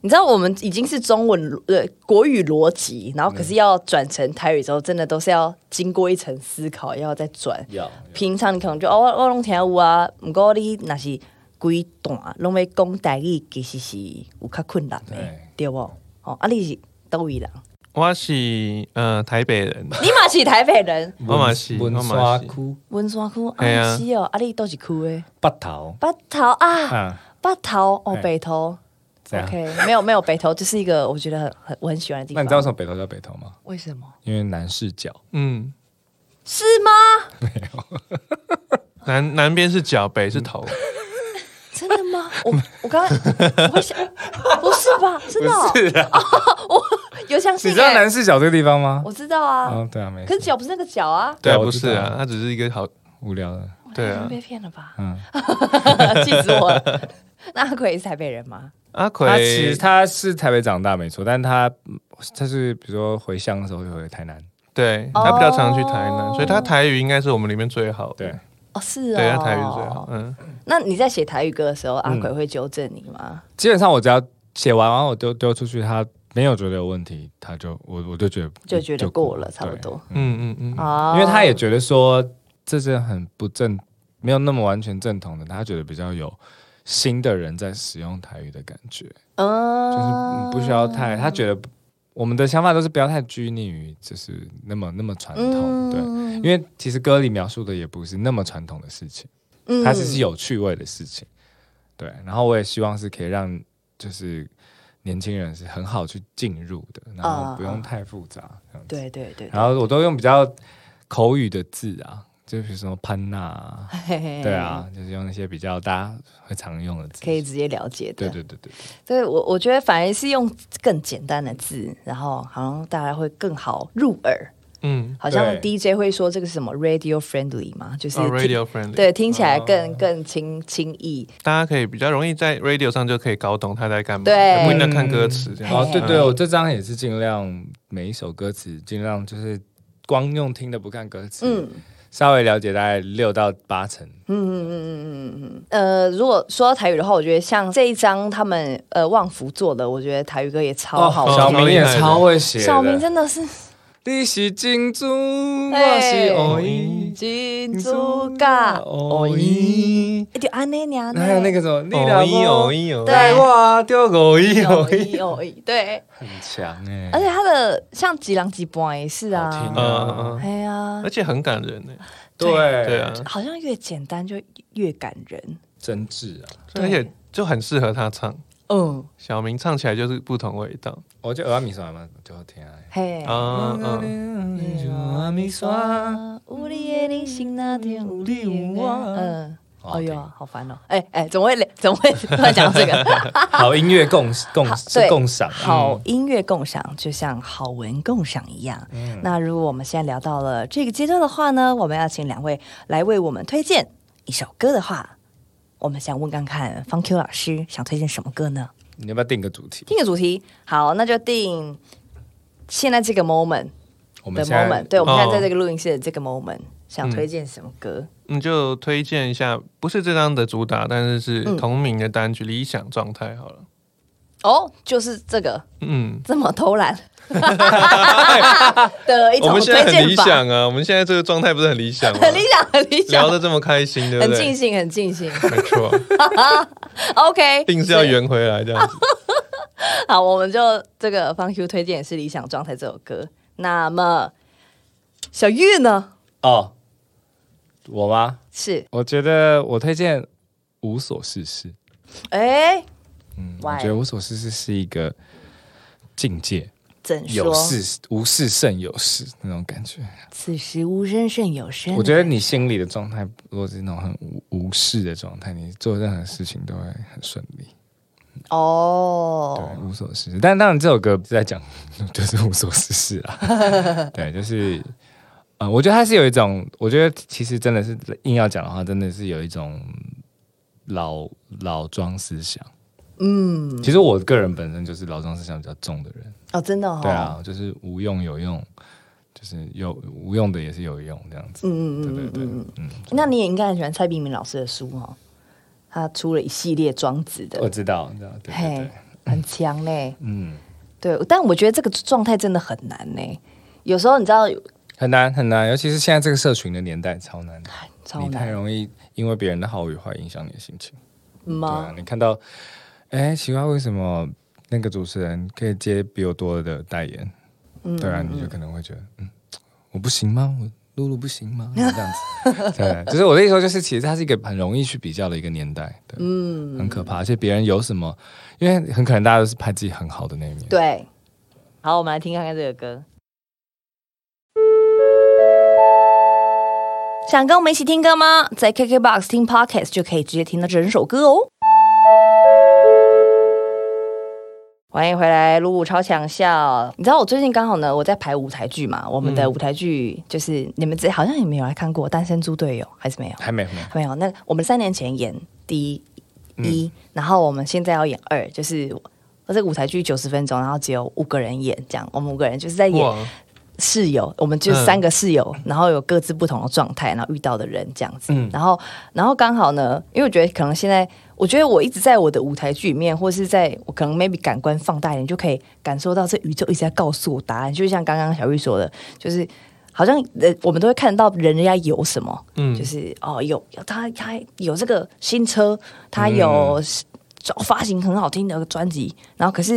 Speaker 2: 你知道，我们已经是中文呃国语逻辑，然后可是要转成台语之后，真的都是要经过一层思考，要再转。
Speaker 3: 要
Speaker 2: 平常你可能就哦，我我拢听有啊，不过你那是规段拢要讲台语，其实是有较困难的
Speaker 3: 对，
Speaker 2: 对不？哦，啊，你是都位人，
Speaker 1: 我是呃台北人，
Speaker 2: 你嘛是台北 人，
Speaker 1: 我嘛是，我
Speaker 3: 文
Speaker 1: 嘛
Speaker 3: 刷
Speaker 1: 是，
Speaker 3: 窟
Speaker 2: 文山区啊，
Speaker 1: 嘿啊
Speaker 2: 是哦，啊，你都是区的，
Speaker 3: 八头
Speaker 2: 北头啊，
Speaker 3: 啊，
Speaker 2: 北头哦
Speaker 3: 哎，
Speaker 2: 北头。
Speaker 3: 这样。
Speaker 2: OK，没有没有北头，就是一个我觉得很很我很喜欢的地
Speaker 3: 那
Speaker 2: 方。
Speaker 3: 你知道为什么北头叫北头吗？
Speaker 2: 为什么？
Speaker 3: 因为南视角。
Speaker 1: 嗯，
Speaker 2: 是吗？
Speaker 1: 南南边是脚，北是头，
Speaker 2: 真的吗？我我刚刚我会想，不是吧？真的哦、
Speaker 3: 是啊，
Speaker 2: 我油箱
Speaker 3: 你
Speaker 2: 性
Speaker 3: 知道
Speaker 2: 欸，
Speaker 3: 南市角这个地方吗？
Speaker 2: 我知道啊，
Speaker 3: 啊，对啊，没
Speaker 2: 可
Speaker 3: 事
Speaker 2: 是脚不是那个脚啊，
Speaker 1: 对啊，
Speaker 3: 我
Speaker 1: 不
Speaker 3: 知
Speaker 1: 是
Speaker 3: 道
Speaker 1: 啊，它只是一个好，
Speaker 3: 无聊的，
Speaker 1: 对啊
Speaker 2: 被骗了吧？
Speaker 3: 嗯，
Speaker 2: 气死我了！那阿奎也是台北人吗？
Speaker 1: 阿
Speaker 3: 他其
Speaker 1: 奎
Speaker 3: 实，他是台北长大没错，但他嗯他是比如说回乡的时候会回台南，
Speaker 1: 对
Speaker 2: 哦
Speaker 1: 他比较常去台南，所以他台语应该是我们里面最好的。
Speaker 3: 对，
Speaker 2: 哦，是哦，
Speaker 1: 对，他台语是最好。嗯，
Speaker 2: 那你在写台语歌的时候，阿
Speaker 3: 嗯
Speaker 2: 奎会纠正你吗？
Speaker 3: 基本上我只要写完，然后我丢丢出去，他没有觉得有问题，他就我我就觉得
Speaker 2: 就觉得过了，差不
Speaker 3: 对
Speaker 2: 多
Speaker 1: 嗯嗯嗯，
Speaker 2: 哦
Speaker 3: 因为他也觉得说这是很不正，没有那么完全正统的，他觉得比较有新的人在使用台语的感觉，就是
Speaker 2: 嗯
Speaker 3: 嗯不需要太，他觉得
Speaker 2: 哦
Speaker 3: 我们的想法都是不要太拘泥于就是那么那么传统，对。
Speaker 2: 因
Speaker 3: 因为其实歌里描述的也不是那么传统的事情，
Speaker 2: 为
Speaker 3: 它只是有趣味的事情，对。然后我也希望是可以让就是年轻人是很好去进入的，然后不用太复杂，这
Speaker 2: 哦
Speaker 3: 样子
Speaker 2: 对对对，
Speaker 3: 然后我都用比较口语的字啊，就比如说潘娜、啊，
Speaker 2: 嘿嘿
Speaker 3: 对，啊，就是用一些比较大家会常用的字。
Speaker 2: 可以，直接了解
Speaker 3: 对
Speaker 2: 的。
Speaker 3: 对对对，
Speaker 2: 对我我觉得反而是用更简单的字，然后好像大家会更好入耳。
Speaker 1: 嗯，
Speaker 2: 好像
Speaker 3: 对
Speaker 2: DJ 会说这个是什么 radio friendly 嘛，就是
Speaker 1: 哦
Speaker 2: 听
Speaker 1: ，radio friendly，
Speaker 2: 对，听起来
Speaker 3: 哦
Speaker 2: 更更轻轻易。
Speaker 1: 大家可以比较容易在 radio 上就可以搞懂他在干嘛，
Speaker 2: 对
Speaker 1: 不一定要看歌词
Speaker 2: 哎
Speaker 1: 这样。
Speaker 3: 哦，对对，
Speaker 1: 嗯
Speaker 3: 我这张也是尽量每一首歌词尽量就是光用听的不看歌词，
Speaker 2: 嗯
Speaker 3: 稍微了解大概六到八成。
Speaker 2: 呃，如果说到台语的话，我觉得像这一张他们呃旺福做的，我觉得台语歌也超好
Speaker 1: 哦
Speaker 3: 小
Speaker 2: 听。
Speaker 3: 明也超会写的，
Speaker 2: 小明真哎的是
Speaker 3: 你是金珠，我
Speaker 2: 对
Speaker 3: 是偶一，
Speaker 2: 金猪嘎
Speaker 3: 偶
Speaker 2: 哦咦，
Speaker 3: 一，
Speaker 2: 就安内娘，
Speaker 3: 还有那个什么，你
Speaker 1: 偶
Speaker 3: 老
Speaker 1: 一
Speaker 3: 婆
Speaker 1: 偶一偶一，
Speaker 2: 对
Speaker 3: 带我丢偶一偶
Speaker 2: 哦
Speaker 3: 一，
Speaker 2: 咦哦咦，对，
Speaker 3: 很强
Speaker 1: 欸
Speaker 3: 哎
Speaker 2: 而且他的像吉郎吉波也是
Speaker 3: 好
Speaker 2: 啊
Speaker 3: 听
Speaker 1: 嗯，嗯嗯，
Speaker 2: 哎呀
Speaker 1: 而，且很感人呢。
Speaker 3: 对
Speaker 1: 对啊，
Speaker 2: 好像越简单就越感人，
Speaker 3: 真挚啊！
Speaker 2: 对
Speaker 1: 而且就很适合他唱。
Speaker 2: 嗯，
Speaker 1: 小明唱起来就是不同味道。
Speaker 3: 我觉得阿米莎蛮就好听啊。
Speaker 2: 嘿。
Speaker 1: 嗯嗯，
Speaker 3: 嗯
Speaker 2: 有你的人生那天有你的我，嗯，
Speaker 3: 好
Speaker 2: 哎
Speaker 3: 听
Speaker 2: 呦，好烦哦！哎哎，怎么会怎么会突然讲到这个？
Speaker 3: 好音乐共共
Speaker 2: 好
Speaker 3: 是
Speaker 2: 对
Speaker 3: 共赏啊，
Speaker 2: 好音乐共赏，就像好文共赏一样。那如果我们现在聊到了这个阶段的话呢，我们要请两位来为我们推荐一首歌的话，我们想问看看方 Q 老师想推荐什么歌呢？
Speaker 3: 你要不要定个主题？
Speaker 2: 定个主题，好，那就定现在这个 moment
Speaker 3: 我
Speaker 2: 的
Speaker 3: 们现
Speaker 2: moment，
Speaker 3: 在
Speaker 2: 对，我们现在
Speaker 1: 哦
Speaker 2: 在这个录音室的这个 moment，、想推荐什么
Speaker 3: 嗯
Speaker 2: 歌？
Speaker 1: 你就推荐一下，不是这张的主打，但是是
Speaker 2: 嗯
Speaker 1: 同名的单曲《理想状态》好了。
Speaker 2: 哦，就是这个
Speaker 1: 嗯，
Speaker 2: 这么偷 懒的一
Speaker 1: 我
Speaker 2: 种
Speaker 1: 们现在
Speaker 2: 推
Speaker 1: 很理
Speaker 2: 荐法，
Speaker 1: 想啊，我们现在这个状态不是很理想吗？
Speaker 2: 很理想，很理 想
Speaker 1: 聊，得这么开心，对不
Speaker 2: 很尽
Speaker 1: 对？
Speaker 2: 兴，很尽 兴。
Speaker 1: 没错，
Speaker 2: OK，
Speaker 1: 定是要圆回来这样子。
Speaker 2: 好，我们就这个方 Q 推荐也是《理想状态》这首歌。那么小玉呢？
Speaker 3: 哦，我吗？
Speaker 2: 是
Speaker 3: 我觉得我推荐《无所事事》。
Speaker 2: 哎、
Speaker 3: 嗯，我
Speaker 2: Why？
Speaker 3: 觉得《无所事事》是一个境界，
Speaker 2: 怎
Speaker 3: 有
Speaker 2: 说？
Speaker 3: 事无事胜有事那种感觉。
Speaker 2: 此时无声胜有声。
Speaker 3: 我觉得你心里的状态，如果是那种很无无事的状态，你做任何事情都会很顺利。
Speaker 2: 哦
Speaker 3: 对，，无所事事。但当然，这首歌是在讲 就是无所事事啊。 对，就是，呃，我觉得它是有一种，我觉得其实真的是硬要讲的话，真的是有一种老老庄思想。
Speaker 2: 嗯，
Speaker 3: 其实我个人本身就是老庄思想比较重的人，
Speaker 2: 哦，真的哦，
Speaker 3: 对啊，就是无用有用，就是有无用的也是有用这样子。
Speaker 2: 嗯，嗯
Speaker 3: 对
Speaker 2: 嗯
Speaker 3: 对
Speaker 2: 嗯
Speaker 3: 对
Speaker 2: 嗯嗯。，
Speaker 3: 嗯，
Speaker 2: 那你也应该很喜欢蔡炳明老师的书哦，他出了一系列庄子
Speaker 3: 我
Speaker 2: 的，
Speaker 3: 知道，知道，哦对对对，，
Speaker 2: 很强嘞。
Speaker 3: 嗯，
Speaker 2: 对，但我觉得这个状态真的很难呢。有时候你知道，
Speaker 3: 很难很难，尤其是现在这个社群的年代，超难的。
Speaker 2: 超
Speaker 3: 你太
Speaker 2: 难
Speaker 3: 容易因为别人的好与坏影响你的心情。对
Speaker 2: 吗
Speaker 3: 啊？，你看到，哎，奇怪，为什么那个主持人可以接比我多的代言？
Speaker 2: 嗯
Speaker 3: 对啊，你就可能会觉得，嗯，我不行吗？我露露不行 吗？这样子，对，就是我的意思说，就是其实它是一个很容易去比较的一个年代，对，
Speaker 2: 嗯，
Speaker 3: 很可怕。而且别人有什么，因为很可能大家都是拍自己很好的那一面。
Speaker 2: 对，好，我们来听看看这个歌。想跟我们一起听歌吗？在 KKBOX 听 Podcast 就可以直接听到整首歌哦。欢迎回来，鲁鲁超强笑。你知道我最近刚好呢，我在排舞台剧嘛，我们的舞台剧就是、你们之好像也没有来看过《单身猪队友》，还是没有？
Speaker 3: 还没还没，
Speaker 2: 没有，那我们三年前演第一，一、然后我们现在要演二，就是呃这个舞台剧九十分钟，然后只有五个人演，这样我们五个人就是在演
Speaker 1: 哇，
Speaker 2: 室友，我们就
Speaker 1: 嗯
Speaker 2: 三个室友，然后有各自不同的状态，然后遇到的人这样子，
Speaker 1: 嗯
Speaker 2: 然后然后刚好呢，因为我觉得可能现在，我觉得我一直在我的舞台剧里面，或是在我可能 maybe 感官放大一点，就可以感受到这宇宙一直在告诉我答案，就像刚刚小玉说的，就是。好像呃，我们都会看到人家有什么，
Speaker 1: 嗯
Speaker 2: 就是哦，有有他他有这个新车，他
Speaker 1: 嗯
Speaker 2: 有找发行很好听的专辑，然后可是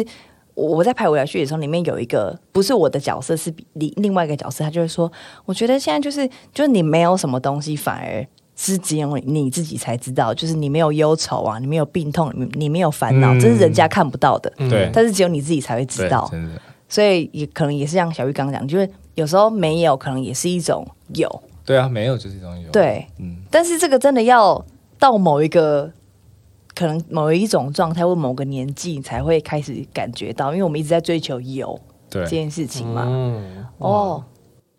Speaker 2: 我我在拍舞台剧的时候，里面有一个不是我的角色，是比另另外一个角色，他就会说，我觉得现在就是就是你没有什么东西，反而。是只有你自己才知道，就是你没有忧愁啊，你没有病痛，你你没有烦恼，
Speaker 3: 嗯
Speaker 2: 这是人家看不到的，
Speaker 3: 对
Speaker 2: 但是只有你自己才会嗯知
Speaker 3: 对
Speaker 2: 道，。
Speaker 3: 真的，
Speaker 2: 所以也可能也是像小玉刚刚讲，就是有时候没有，可能也是一种有，
Speaker 3: 对啊，没有就是一种有，，
Speaker 2: 对，
Speaker 3: 嗯
Speaker 2: 但是这个真的要到某一个可能某一种状态或某个年纪才会开始感觉到，因为我们一直在追求有这
Speaker 3: 对，
Speaker 2: 件事情嘛。
Speaker 1: 嗯，
Speaker 2: 哦，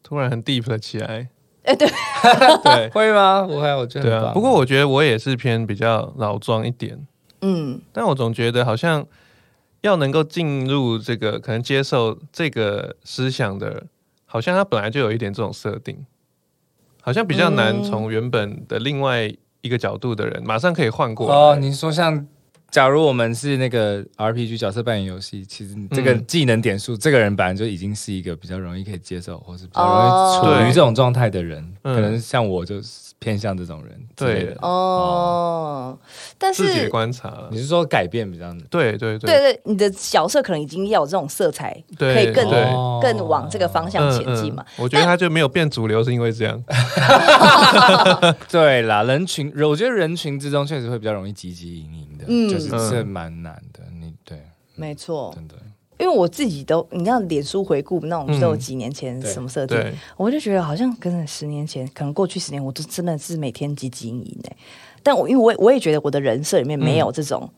Speaker 1: 突然很 deep 了起来。
Speaker 2: 哎、对，
Speaker 1: 对
Speaker 3: 会吗？我还我觉
Speaker 1: 对
Speaker 3: 得
Speaker 1: 啊，
Speaker 3: 很棒
Speaker 1: 不过我觉得我也是偏比较老庄一点，
Speaker 2: 嗯，
Speaker 1: 但我总觉得好像要能够进入这个，可能接受这个思想的，好像他本来就有一点这种设定，好像比较难从原本的另外一个角度的人马上可以换过来。
Speaker 3: 哦，你说像。假如我们是那个 RPG 角色扮演游戏，其实这个技能点数，这个人本来就已经是一个比较容易可以接受，或是比较容易
Speaker 1: 哦
Speaker 3: 处于这种状态的人。
Speaker 1: 嗯
Speaker 3: 可能像我就是偏向这种人之类的。
Speaker 1: 对
Speaker 2: 哦，但
Speaker 1: 自己的
Speaker 2: 哦是
Speaker 1: 观察了
Speaker 3: 你。是说改变比较
Speaker 1: 对对
Speaker 2: 对对，你的角色可能已经要有这种色彩，
Speaker 1: 对
Speaker 2: 可以更
Speaker 1: 对
Speaker 3: 哦
Speaker 2: 更往这个方向前进嘛。
Speaker 1: 嗯嗯。我觉得他就没有变主流，是因为这样。
Speaker 3: 对啦，人群，我觉得人群之中确实会比较容易汲汲营营的，
Speaker 2: 嗯
Speaker 3: 就是这蛮难的。你对，
Speaker 1: 嗯
Speaker 2: 没错，
Speaker 3: 真的
Speaker 2: 因为我自己都，你看脸书回顾那种，
Speaker 1: 嗯
Speaker 2: 都有几年前
Speaker 3: 对
Speaker 2: 什么设定，
Speaker 1: 对，
Speaker 2: 我就觉得好像跟十年前，可能过去十年，我都真的是每天汲汲营营哎。但我因为我也我也觉得我的人设里面没
Speaker 1: 嗯
Speaker 2: 有这种，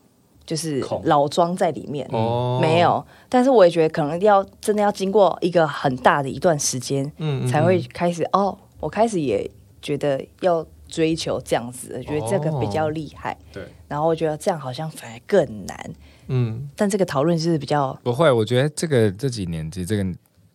Speaker 2: 就是
Speaker 3: 空
Speaker 2: 老庄在里面，
Speaker 1: 哦
Speaker 2: 没，有。但是我也觉得可能要真的要经过一个很大的一段时间，
Speaker 1: 嗯
Speaker 2: 才会开始哦，我开始也觉得要追求这样子，我觉得这个比
Speaker 1: 哦
Speaker 2: 较厉害。
Speaker 3: 对。
Speaker 2: 然后我觉得这样好像反而更难，
Speaker 1: 嗯
Speaker 2: 但这个讨论就是比较
Speaker 3: 不会，我觉得这个这几年其实这个，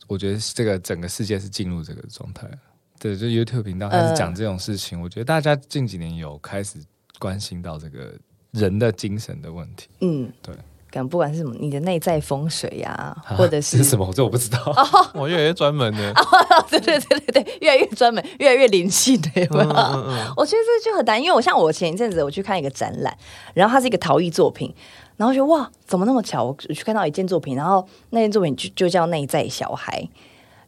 Speaker 3: 我觉得这个整个世界是进入这个状态了。对，就 YouTube 频道开始讲这种事情，我觉得大家近几年有开始关心到这个人的精神的问题。
Speaker 2: 嗯，
Speaker 3: 对。
Speaker 2: 可能不管是什么，你的内在风水呀、
Speaker 1: 啊
Speaker 2: 或者是
Speaker 3: 啊
Speaker 2: 哦
Speaker 3: 是什么？这我不知道。
Speaker 1: 嗯，我越来越专门的。
Speaker 2: 对对对对对，越来越专门，越来越灵性的，有没有？我觉得这就很难，因为我像我前一阵子我去看一个展览，然后它是一个陶艺作品，然后觉得哇，怎么那么巧？我去看到一件作品，然后那件作品就就叫《内在小孩》，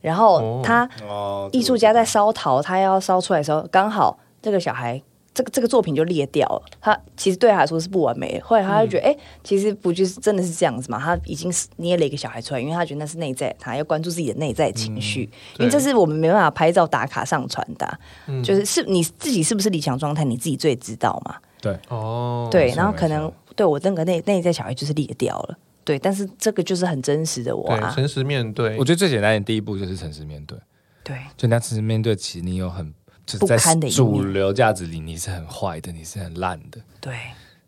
Speaker 2: 然后
Speaker 1: 哦
Speaker 2: 他、
Speaker 3: 哦
Speaker 2: 艺术家在烧陶，他要烧出来的时候，刚好这个小孩。这个这个作品就裂掉了，他其实对他来说是不完美的。后来他就觉得，哎、其实不就是真的是这样子嘛？他已经是捏了一个小孩出来，因为他觉得那是内在，他要关注自己的内在情绪，因为
Speaker 1: 对
Speaker 2: 这是我们没办法拍照打卡上传的啊、就是是你自己是不是理想状态，你自己最知道嘛。
Speaker 3: 对
Speaker 1: 哦，
Speaker 2: 对，
Speaker 3: 没错
Speaker 2: 然后可
Speaker 3: 没错
Speaker 2: 能对我那个内内在小孩就是裂掉了，对，但是这个就是很真实的我
Speaker 1: 对，
Speaker 2: 啊，
Speaker 1: 诚实面对
Speaker 3: 我。觉得最简单的第一步就是诚实面对。
Speaker 2: 对，
Speaker 3: 就你要诚实面对，其实你有很就是
Speaker 2: 不
Speaker 3: 在
Speaker 2: 堪的一面
Speaker 3: 主流价值里你是很坏的，你是很烂的。
Speaker 2: 对，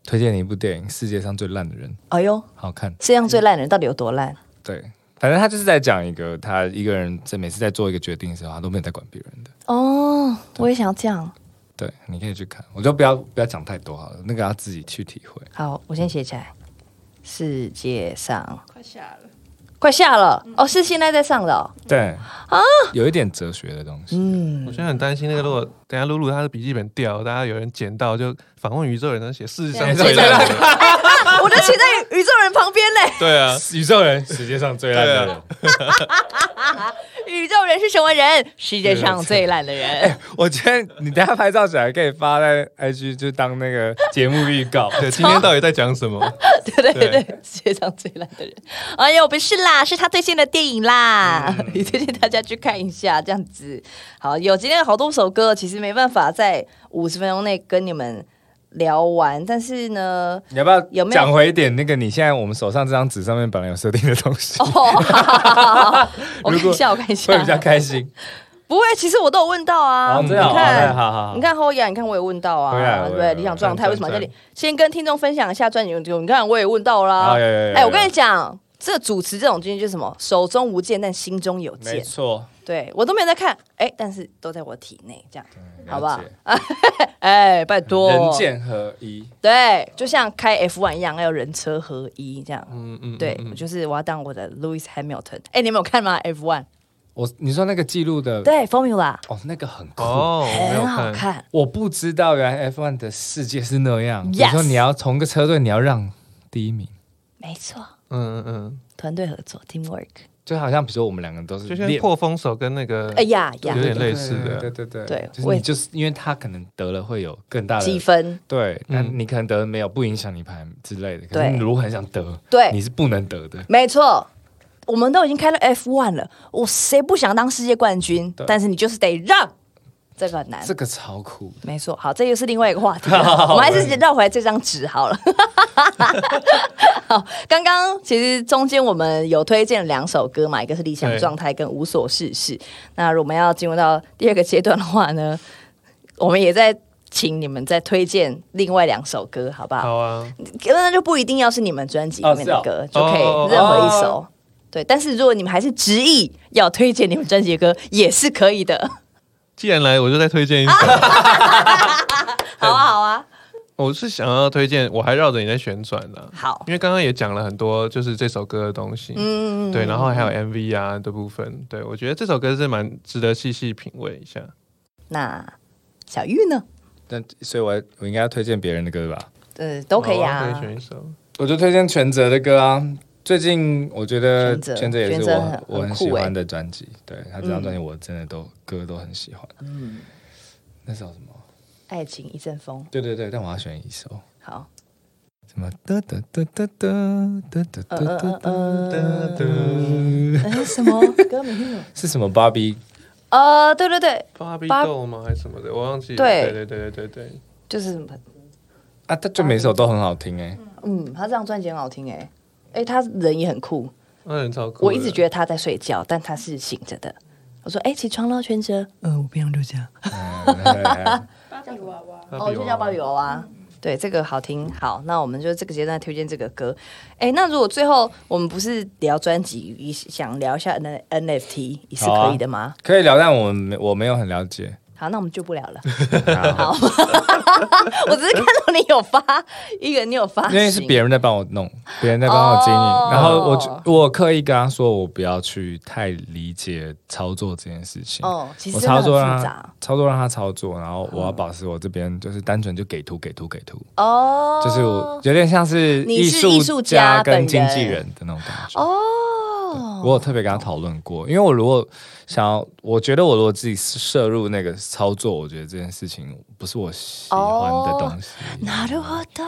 Speaker 3: 推荐你一部电影《世界上最烂的人》，
Speaker 2: 哎呦，
Speaker 3: 好看。
Speaker 2: 世界上最烂的人到底有多烂？
Speaker 3: 对，反正他就是在讲一个他一个人在每次在做一个决定的时候，他都没有在管别人的。
Speaker 2: 哦，我也想要这样。
Speaker 3: 对，你可以去看，我就不要不要讲太多好了，那个要自己去体会。
Speaker 2: 好，我先写起来。世界上
Speaker 4: 快下了。
Speaker 2: 快下了、哦，是现在在上的、哦。
Speaker 3: 对啊，有一点哲学的东西。
Speaker 1: 我
Speaker 2: 嗯，
Speaker 1: 现在很担心那个，如果等一下露露她的笔记本掉，大家有人捡到，就访问宇宙人，然后写世上最烂的人。
Speaker 2: 啊我就写在宇宙人旁边嘞。
Speaker 1: 对啊，
Speaker 3: 宇宙人，世界上最烂的人。
Speaker 2: 宇宙人是什么人？世界上最烂的人。
Speaker 3: 我觉得你等一下拍照起来可以发在 IG，就当那个节目预
Speaker 2: 哦
Speaker 3: 告。
Speaker 1: 对，今天到底在讲什么？
Speaker 2: 对对对对，世界上最烂的人。哎呦，不是啦，是他最新的电影啦， 也推荐大家去看一下。这样子，好，有今天有好多首歌，其实没办法在五十分钟内跟你们聊完，但是呢，
Speaker 3: 你要不要
Speaker 2: 有没有
Speaker 3: 讲回一点那个？你现在我们手上这张纸上面本来有设定的东西，
Speaker 2: 哦，好好好我看
Speaker 3: 如果
Speaker 2: 一下，我看一下
Speaker 3: 会，比较开心。
Speaker 2: 不会，其实我都有问到啊，
Speaker 3: 好，
Speaker 2: 你
Speaker 3: 这样，好
Speaker 2: 看。
Speaker 3: 好好好
Speaker 2: 你，看侯雅，你看我也问到
Speaker 3: 回来
Speaker 2: 啊，
Speaker 3: 了
Speaker 2: 对不
Speaker 3: 回来
Speaker 2: 对？
Speaker 3: 了
Speaker 2: 理想状态
Speaker 1: 赞
Speaker 2: 为什么在这里
Speaker 1: 赞？
Speaker 2: 先跟听众分享一下专辑研究。你看我也问到啦
Speaker 3: 好，哦有有有
Speaker 2: 哎，我跟
Speaker 3: 有
Speaker 2: 你讲，这主持这种东西就是什么？手中无剑，但心中有
Speaker 3: 没
Speaker 2: 剑。
Speaker 3: 错，
Speaker 2: 对我都没有在看，哎，但是都在我体内，这样好不好
Speaker 3: 了解？
Speaker 2: 哎，拜托，
Speaker 3: 人剑合一，
Speaker 2: 对，就像开 F 1一样，要人车合一这样。
Speaker 1: 嗯 嗯，嗯
Speaker 2: 对，我就是我要当我的 Lewis Hamilton。哎，你们有看吗？F 1
Speaker 3: 我你说那个记录的，
Speaker 2: 对，Formula
Speaker 3: 哦，那个很酷。
Speaker 1: 哦，我没有
Speaker 2: 很哎好
Speaker 1: 看，
Speaker 2: 看。
Speaker 3: 我不知道原来 F1 的世界是那样。比如
Speaker 2: Yes
Speaker 3: 说你要同个车队，你要让第一名，
Speaker 2: 没错，
Speaker 1: 嗯嗯
Speaker 2: 团队合作，teamwork。
Speaker 3: 就好像比如说我们两个都是
Speaker 1: 嗯，就像
Speaker 3: 练
Speaker 1: 破风手跟那个，
Speaker 2: 哎呀呀
Speaker 1: 有，点类似的
Speaker 3: 对对对
Speaker 2: 对
Speaker 3: 就是
Speaker 2: 我也
Speaker 3: 你就是因为他可能得了会有更大
Speaker 2: 积
Speaker 3: 的。
Speaker 2: 分
Speaker 3: 对，那
Speaker 1: 嗯
Speaker 3: 你可能得了没有，不影响你排之类的。可
Speaker 2: 对
Speaker 3: 是你如果很想得，
Speaker 2: 对
Speaker 3: 你是不能得的。
Speaker 2: 没错。我们都已经开到 F 1了，我谁不想当世界冠军？
Speaker 3: 对
Speaker 2: 但是你就是得让，这个很难
Speaker 3: 这。个超酷，
Speaker 2: 没错，好，这又是另外一个话题 了。我们还是绕回来这张纸好了。 好，刚刚其实中间我们有推荐两首歌嘛，一个是《理想状态》跟《无所事事》。那我们要进入到第二个阶段的话呢， 我们也在请你们再推荐另外两首歌，好不好？
Speaker 1: 好啊，
Speaker 2: 那就不一定要是你们专辑里面的歌，
Speaker 1: 是
Speaker 2: 就
Speaker 1: 哦
Speaker 2: 可
Speaker 1: 哦
Speaker 2: 以任何一首。对，但是如果你们还是执意要推荐你们专辑的歌，也是可以的。
Speaker 1: 既然来，我就再推荐一首。
Speaker 2: 啊好啊，好啊，
Speaker 1: 我是想要推荐，我还绕着你在旋转呢、
Speaker 2: 好。
Speaker 1: 因为刚刚也讲了很多，就是这首歌的东西，
Speaker 2: 嗯，
Speaker 1: 对，然后还有 MV 啊的部分，对我觉得这首歌是蛮值得细细品味一下。
Speaker 2: 那小玉呢？
Speaker 3: 但所以我我应该要推荐别人的歌吧？
Speaker 2: 呃，都可以
Speaker 1: 好
Speaker 2: 啊
Speaker 1: 可以。选一首。
Speaker 3: 我就推荐全泽的歌啊。最近我觉得
Speaker 2: 全哲
Speaker 3: 全泽也是
Speaker 2: 全哲
Speaker 3: 我
Speaker 2: 很
Speaker 3: 很我
Speaker 2: 很
Speaker 3: 很
Speaker 2: 酷
Speaker 3: 喜
Speaker 2: 欸
Speaker 3: 欢的专辑，对他这张专辑我真的都歌都很喜欢。
Speaker 2: 嗯，
Speaker 3: 那首什么？
Speaker 2: 爱情一阵风，
Speaker 3: 对对对，但我要选一首
Speaker 2: 好。
Speaker 3: 什么？哒哒哒哒哒哒哒哒
Speaker 2: 呃
Speaker 3: 哒
Speaker 2: 呃
Speaker 3: 哒
Speaker 2: 呃
Speaker 1: 哒哒
Speaker 2: 呃，哎什么歌名？
Speaker 3: 是什么？Bobby
Speaker 2: 呃，对对对，
Speaker 1: 芭比
Speaker 2: 芭
Speaker 1: 豆吗？还是什么的？我忘记了。
Speaker 2: 对
Speaker 1: 对对对对对。
Speaker 2: 就是什么
Speaker 3: 啊，他就每首都很好听哎。
Speaker 2: 嗯，他这张专辑很好听哎，哎，他人也很酷。
Speaker 1: 那人超酷的。
Speaker 2: 我一直觉得他在睡觉，但他是醒着的。我说：“哎、起床了，全哲。”嗯，我平常就这样。
Speaker 1: 得
Speaker 2: 哦，就叫
Speaker 3: 嗯
Speaker 1: 啊
Speaker 2: 芭比娃娃。对，这个好听。好，那我们就这个阶段推荐这个歌。哎，那如果最后我们不是聊专辑，想聊一下 N NFT 也是
Speaker 3: 好啊
Speaker 2: 可以的吗？
Speaker 3: 可以聊，但我没我没有很了解。
Speaker 2: 好那我们就不聊了。
Speaker 3: 好
Speaker 2: 我只是看到你有发一个，你有发行，
Speaker 3: 因为是别人在帮我弄，别人在帮我经营，
Speaker 2: 哦
Speaker 3: 然后我就我刻意跟他说，我不要去太理解操作这件事情。
Speaker 2: 哦，其实
Speaker 3: 我
Speaker 2: 真的
Speaker 3: 操啊
Speaker 2: 很
Speaker 3: 作
Speaker 2: 复
Speaker 3: 让
Speaker 2: 杂
Speaker 3: 他操作让他操作，然后我要保持我这边就是单纯就给图给图给图，
Speaker 2: 哦，
Speaker 3: 就是我有点像是
Speaker 2: 你是艺术家
Speaker 3: 家
Speaker 2: 本人
Speaker 3: 跟经纪人的那种感觉。
Speaker 2: 哦，
Speaker 3: 我有特别跟他讨论过，因为我如果想要，我觉得我如果自己摄入那个操作，我觉得这件事情不是我喜欢的东西。
Speaker 2: なるほど。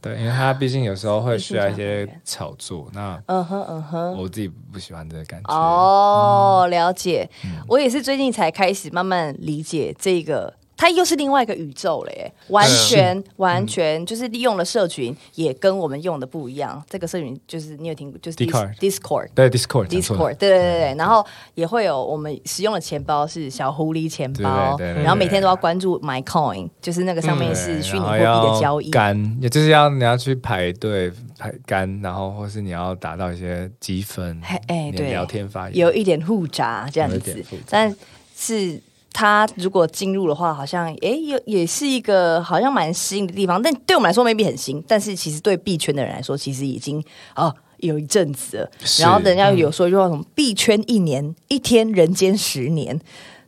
Speaker 3: 对，因为他毕竟有时候会需要一
Speaker 2: 艺术家本
Speaker 3: 些
Speaker 2: 人
Speaker 3: 炒作，那
Speaker 2: 嗯哼嗯哼。
Speaker 3: 我自己不喜欢这个感觉。
Speaker 2: 哦，了解。
Speaker 3: 嗯
Speaker 2: 我也是最近才开始慢慢理解这个，它又是另外一个宇宙了耶，完
Speaker 3: 嗯
Speaker 2: 全完全就是利用了社群，也跟我们用的不一样。这个社群就是你有听过，就是
Speaker 3: Discord
Speaker 2: Discord。
Speaker 3: 对，Discord，讲错嗯了
Speaker 2: Discord，对对对对，然后也会有我们使用的钱包是小狐狸钱包，
Speaker 3: 对对对对
Speaker 2: 然后每天都要关注 My Coin，就是那个上面
Speaker 3: 对
Speaker 2: 是虚拟货
Speaker 3: 然后
Speaker 2: 币的
Speaker 3: 要
Speaker 2: 交易。
Speaker 3: 干，也就是要你要去排队排干，然后或是你要达到一些积分，
Speaker 2: 嘿哎
Speaker 3: 你的
Speaker 2: 对
Speaker 3: 聊天发言，
Speaker 2: 有一点复杂这样
Speaker 3: 有一
Speaker 2: 子
Speaker 3: 点复杂，
Speaker 2: 但是他如果进入的话，好像诶也也是一个好像蛮新的地方，但对我们来说 maybe 很新，但是其实对币圈的人来说，其实已经哦有一阵子了。
Speaker 3: 是嗯
Speaker 2: 然后人家有说一句话，什么币圈一年一天，人间十年，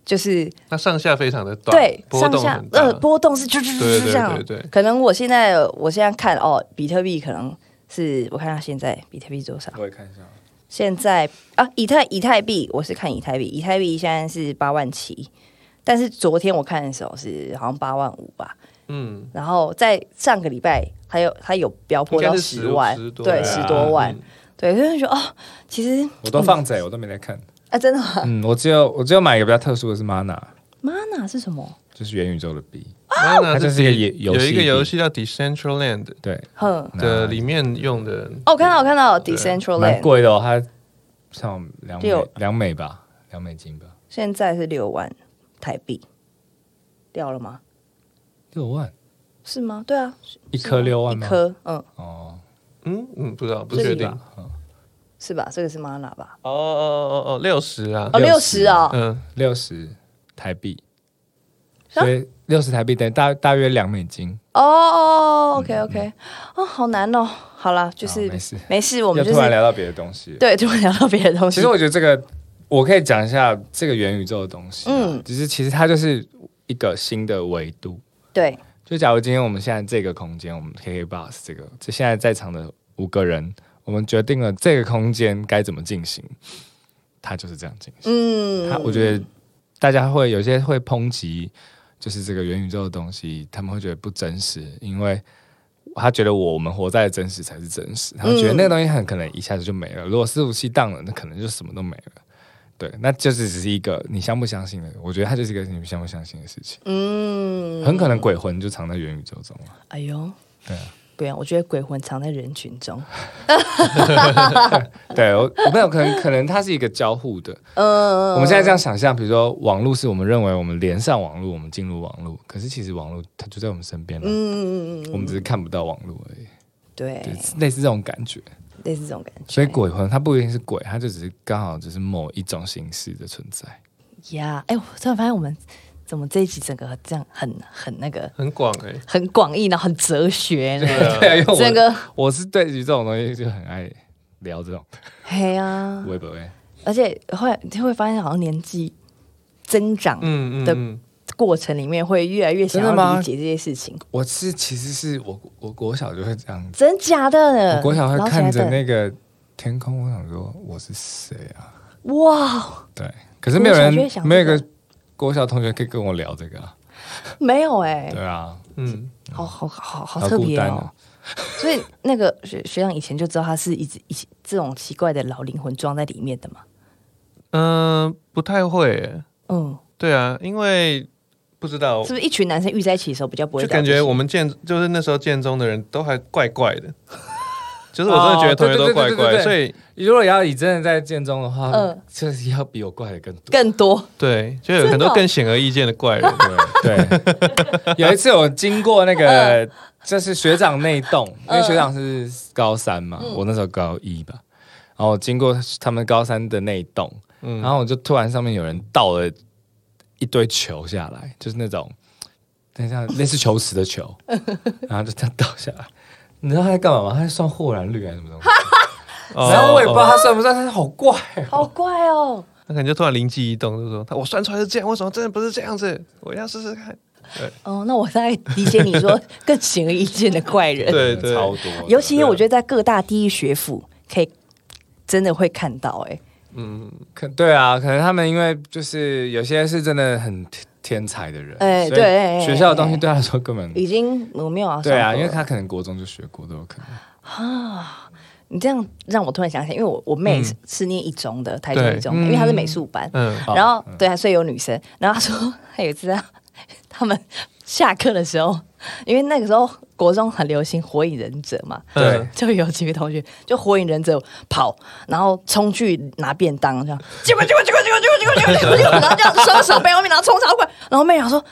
Speaker 2: 就是
Speaker 1: 它上下非常的短，
Speaker 2: 对
Speaker 1: 波
Speaker 2: 上
Speaker 1: 动
Speaker 2: 下
Speaker 1: 很大。
Speaker 2: 呃波动是就就
Speaker 1: 对
Speaker 2: 就
Speaker 1: 对
Speaker 2: 这样
Speaker 1: 对对。
Speaker 2: 可能我现在我现在看哦，比特币可能是我看它现在比特币多少。
Speaker 3: 我也看一下，
Speaker 2: 现在啊，以太以太币，我是看以太币，以太币现在是八万七，但是昨天我看的时候是好像八万五吧，
Speaker 1: 嗯，
Speaker 2: 然后在上个礼拜还有它有飙
Speaker 1: 应
Speaker 2: 破
Speaker 1: 该
Speaker 2: 到
Speaker 1: 是
Speaker 2: 十万，
Speaker 1: 10多
Speaker 2: 对，
Speaker 1: 万
Speaker 2: 十
Speaker 1: 啊
Speaker 2: 多万，
Speaker 1: 嗯
Speaker 2: 对，所以就觉得哦，其实
Speaker 3: 我都放着，我都没在看。
Speaker 2: 啊，真的吗
Speaker 3: 嗯嗯，我只有我只有买一个比较特殊的是 Mana，
Speaker 2: mana 是什么？
Speaker 3: 就是元宇宙的 B，
Speaker 2: 啊
Speaker 1: 那那
Speaker 3: 它就是一个游
Speaker 1: 有
Speaker 3: 游戏
Speaker 1: 一个游戏叫 Decentraland
Speaker 3: 对，
Speaker 2: 哼，
Speaker 1: 的里面用的，
Speaker 2: 哦，我看到我看到
Speaker 1: 对
Speaker 3: 蛮
Speaker 2: Decentraland，
Speaker 3: 贵的哦，它像两美
Speaker 2: 六
Speaker 3: 两美吧，两美金吧，
Speaker 2: 现在是六万台币，掉了吗？
Speaker 3: 六万
Speaker 2: 是吗？对啊，
Speaker 3: 一颗六万
Speaker 2: 一
Speaker 3: 吗？
Speaker 2: 颗，嗯，
Speaker 3: 哦，
Speaker 1: 嗯嗯，不知道不
Speaker 2: 这
Speaker 1: 确
Speaker 2: 里
Speaker 1: 定。
Speaker 2: 吧
Speaker 3: 嗯
Speaker 2: 是吧？这个是 mana 吧？
Speaker 1: 哦哦哦哦，六十啊
Speaker 2: 哦，，六
Speaker 3: 60
Speaker 2: 十哦，
Speaker 1: 嗯，
Speaker 3: 六十台币，
Speaker 2: 啊
Speaker 3: 所以六十台币等于大大约两美金，
Speaker 2: 哦哦，OK OK，哦，好难哦。好啦，就是
Speaker 3: 嗯好没事
Speaker 2: 没事，我们
Speaker 3: 又
Speaker 2: 就
Speaker 3: 突然
Speaker 2: 是
Speaker 3: 聊到别的东西了。
Speaker 2: 对，突然聊到别的东西。
Speaker 3: 其实我觉得这个，我可以讲一下这个元宇宙的东西、嗯
Speaker 2: 嗯，
Speaker 3: 就是其实它就是一个新的维度。
Speaker 2: 对，
Speaker 3: 就假如今天我们现在这个空间，我们 KK Bus 这个，这现在在场的五个人，我们决定了这个空间该怎么进行，它就是这样进行。
Speaker 2: 嗯，
Speaker 3: 它我觉得大家会有些会抨击，就是这个元宇宙的东西，他们会觉得不真实，因为他觉得我们活在真实才是真实，他们觉得那个东西很可能一下子就没了。如果伺服器当了，那可能就什么都没了。对，那就是只是一个你相不相信的，我觉得它就是一个你相不相信的事情。
Speaker 2: 嗯，
Speaker 3: 很可能鬼魂就藏在元宇宙中了。
Speaker 2: 哎呦，
Speaker 3: 对啊
Speaker 2: 不要，我觉得鬼魂藏在人群中。
Speaker 3: 对我，我没有可能，可能它是一个交互的。
Speaker 2: 嗯，
Speaker 3: 我们现在这样想象，比如说网络是我们认为我们连上网络，我们进入网络，可是其实网络它就在我们身边了。
Speaker 2: 嗯嗯嗯嗯，
Speaker 3: 我们只是看不到网络而已，
Speaker 2: 对
Speaker 3: 对，，类似这种感觉。
Speaker 2: 类似这种感觉。
Speaker 3: 所以鬼魂它不一定是鬼，它就只是刚好只是某一种形式的存在。
Speaker 2: 呀，哎，我突然发现我们怎么这一集整个这样很很那个
Speaker 1: 很广哎、
Speaker 2: 很广义，然后很哲学呢？
Speaker 3: 对啊，因为我
Speaker 2: 整呃个
Speaker 3: 我是对于这种东西就很爱聊这种
Speaker 2: 嘿啊，
Speaker 3: 微博微。
Speaker 2: 而且后来就会发现，好像年纪增长
Speaker 1: 嗯嗯
Speaker 2: 的
Speaker 1: 嗯，
Speaker 2: 过程里面，会越来越想
Speaker 3: 真的
Speaker 2: 要
Speaker 3: 吗
Speaker 2: 理解这些事情。
Speaker 3: 我是其实是我我国小就会这样子，
Speaker 2: 真假的？
Speaker 3: 我国小
Speaker 2: 老
Speaker 3: 会
Speaker 2: 起来
Speaker 3: 看着
Speaker 2: 的
Speaker 3: 那个天空，我想说我是谁啊？
Speaker 2: 哇，
Speaker 3: 对，可是没有人
Speaker 2: 国小就会想这个
Speaker 3: 没有一个国小同学可以跟我聊这个啊。
Speaker 2: 没有哎、
Speaker 3: 对啊，
Speaker 1: 嗯，
Speaker 2: 好好好好
Speaker 3: 好
Speaker 2: 特
Speaker 3: 孤
Speaker 2: 别
Speaker 3: 单
Speaker 2: 哦
Speaker 3: 啊。
Speaker 2: 所以那个学学长以前就知道他是一直一起这种奇怪的老灵魂装在里面的嘛。
Speaker 1: 嗯、不太会、欸。
Speaker 2: 嗯，
Speaker 1: 对啊，因为不知道
Speaker 2: 是，不是一群男生遇在一起的时候比较不会
Speaker 1: 就
Speaker 2: 聊
Speaker 1: 感
Speaker 2: 这
Speaker 1: 觉
Speaker 2: 些
Speaker 1: 我们建就是那时候建中的人都还怪怪的，就是我真的觉得同学都怪怪，
Speaker 3: 哦对对对对对对
Speaker 1: 所以
Speaker 3: 如果要以真的在建中的话，
Speaker 2: 嗯
Speaker 3: 就是要比我怪的更多。
Speaker 2: 更多
Speaker 1: 对，就有很
Speaker 2: 真的
Speaker 1: 多
Speaker 2: 哦
Speaker 1: 更显而易见的怪人。
Speaker 3: 对，有一次我经过那
Speaker 1: 嗯
Speaker 3: 个，就是学长那一栋，因为学长是高三嘛，
Speaker 1: 嗯
Speaker 3: 我那时候高一吧，然后我经过他们高三的那一栋，
Speaker 1: 嗯
Speaker 3: 然后我就突然上面有人倒了一堆球下来，就是那种，等 一下类似球池的球，然后就这样倒下来。你知道他在干嘛吗？他在算豁然率还是什么东西？
Speaker 1: 哦
Speaker 3: 然后我也不知道
Speaker 1: 哦
Speaker 3: 他算不算，他好怪哦、
Speaker 2: 好怪哦。
Speaker 1: 他可能就突然灵机一动，就说他我算出来是这样，为什么真的不是这样子？我一定要试试看。
Speaker 2: 哦，那我大概理解你 说更显而易见的怪人，
Speaker 1: 对哦对
Speaker 3: 超多的。
Speaker 2: 尤其因为我觉得在各大地域学府可以真的会看到、哎，
Speaker 1: 嗯，
Speaker 3: 可对啊，可能他们因为就是有些是真的很天天才的人，
Speaker 2: 哎
Speaker 3: 所以
Speaker 2: 对
Speaker 3: 学校的东西对他来说根本
Speaker 2: 已经我没有要
Speaker 3: 对
Speaker 2: 上
Speaker 3: 啊，
Speaker 2: 课
Speaker 3: 因为
Speaker 2: 了
Speaker 3: 他可能国中就学过都有可能。
Speaker 2: 啊你这样让我突然想起来，因为我我妹
Speaker 1: 嗯
Speaker 2: 是是念一中的，台中
Speaker 1: 对
Speaker 2: 一中的，因为她是美术班，
Speaker 1: 嗯
Speaker 3: 哦
Speaker 2: 然后对啊，所以有女生，然后她说 她有一次啊他们下课的时候，因为那个时候国中很流行火影忍者嘛，
Speaker 3: 对
Speaker 2: 就有几个同学就火影忍者跑，然后冲去拿便当，这样，结果结果结果结果结果结果结果结果，然后这样双手背后面，然后冲超快，然后妹想说。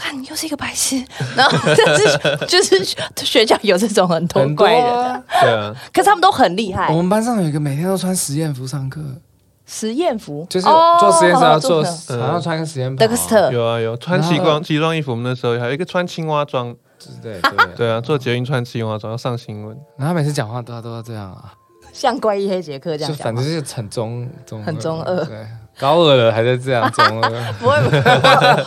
Speaker 2: 看你又是一个白痴，然后但是就是学校有这种很多
Speaker 3: 很多
Speaker 2: 怪人哎
Speaker 3: 啊
Speaker 2: 啊，
Speaker 1: 对啊，
Speaker 2: 可是他们都很厉害
Speaker 3: 我。们班上有一个每天都穿实验服上课，
Speaker 2: 实验服
Speaker 3: 就是
Speaker 2: 哦
Speaker 3: 做实验时要
Speaker 2: 好
Speaker 3: 做，
Speaker 2: 好好
Speaker 3: 好像穿个实验袍
Speaker 2: 德克斯 特，
Speaker 1: 有啊有穿奇
Speaker 3: 然
Speaker 1: 装奇装异服，我们那时候还有一个穿青蛙装，
Speaker 3: 对对。 对
Speaker 1: 对啊，做捷运穿青蛙装要上新闻。
Speaker 3: 然后他每次讲话都要都要这样啊，
Speaker 2: 像怪异黑杰克这
Speaker 3: 就
Speaker 2: 样讲
Speaker 3: 反
Speaker 2: 话。
Speaker 3: 正就是很中中
Speaker 2: 很中二
Speaker 3: 对，高二了还在这样中二，
Speaker 2: 不会，不会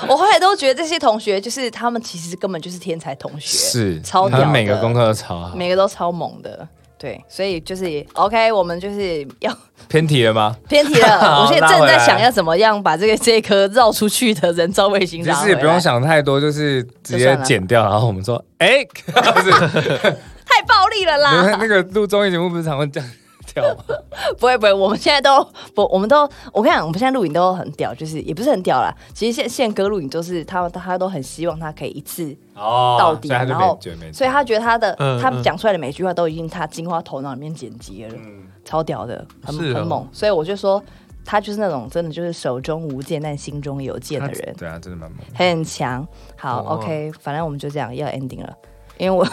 Speaker 2: 我我后来都觉得这些同学就是他们其实根本就是天才同学，
Speaker 3: 是
Speaker 2: 超
Speaker 3: 他
Speaker 2: 屌的
Speaker 3: 们每个功课都超好。
Speaker 2: 每个都超猛的。对，所以就是 OK，我们就是要
Speaker 3: 偏题了吗？
Speaker 2: 偏题了。
Speaker 3: 好
Speaker 2: 我现在正在
Speaker 3: 拉回
Speaker 2: 想
Speaker 3: 来
Speaker 2: 要怎么样把这个 这一颗绕出去的人造卫星
Speaker 3: 其
Speaker 2: 拉回
Speaker 3: 实
Speaker 2: 来。
Speaker 3: 也不用，想太多，就是直接剪掉，然后我们说，哎、不是
Speaker 2: 太暴力了
Speaker 3: 那
Speaker 2: 啦！
Speaker 3: 那个录综艺节目不是常会这样，掉吗？
Speaker 2: 不会不会，我们现在都不，我们都我跟你讲，我们现在录影都很屌，就是也不是很屌啦。其实现宪哥录影就是他他都很希望他可以一次，
Speaker 3: 哦
Speaker 2: 到底
Speaker 3: 所以他就
Speaker 2: 然后
Speaker 3: 没觉得没，
Speaker 2: 所以他觉得他的、
Speaker 1: 嗯
Speaker 2: 他
Speaker 1: 嗯
Speaker 2: 讲出来的每一句话都已经他精华头脑里面剪辑了，
Speaker 3: 嗯，
Speaker 2: 超屌的，很
Speaker 1: 是哦
Speaker 2: 很猛。所以我就说他就是那种真的就是手中无剑但心中有剑
Speaker 3: 他
Speaker 2: 的人，
Speaker 3: 对啊，真的蛮猛。
Speaker 2: 很强。好、
Speaker 1: 哦
Speaker 2: o k 反正我们就这样要 ending 了，因为 我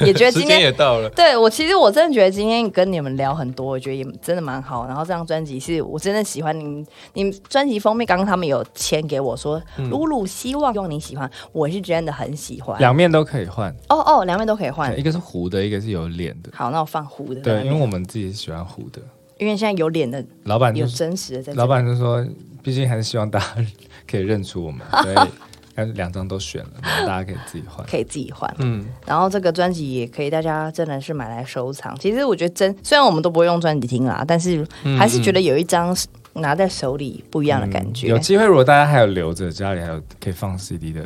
Speaker 2: 也觉得
Speaker 1: 时
Speaker 2: 今
Speaker 1: 间
Speaker 2: 天
Speaker 1: 也到了，
Speaker 2: 对我其实我真的觉得今天跟你们聊很多，我觉得也真的蛮好。然后这张专辑是我真的喜欢你们，你们专辑封面刚刚他们有签给我说，
Speaker 3: 嗯
Speaker 2: 露露希望希望你喜欢，我是真的很喜欢。
Speaker 3: 两面都可以换，
Speaker 2: 哦哦，两面都可以换
Speaker 3: 一。个是糊的，一个是有脸的。
Speaker 2: 好，那我放糊的在那
Speaker 3: 对，因
Speaker 2: 边，
Speaker 3: 为我们自己喜欢糊的。
Speaker 2: 因为现在有脸的
Speaker 3: 老板
Speaker 2: 有
Speaker 3: 就
Speaker 2: 真实的在这里。
Speaker 3: 老板就说，毕竟还是希望大家 可以认出我们，所以 要是两张都选了，然后大家可以自己换。
Speaker 2: 可以自己换，
Speaker 1: 嗯，
Speaker 2: 然后这个专辑也可以，大家真的是买来收藏。其实我觉得真，虽然我们都不会用专辑听啦，但是还是觉得有一张是拿在手里不一样的感觉。
Speaker 3: 嗯有机会，如果大家还有留着家里还有可以放 CD 的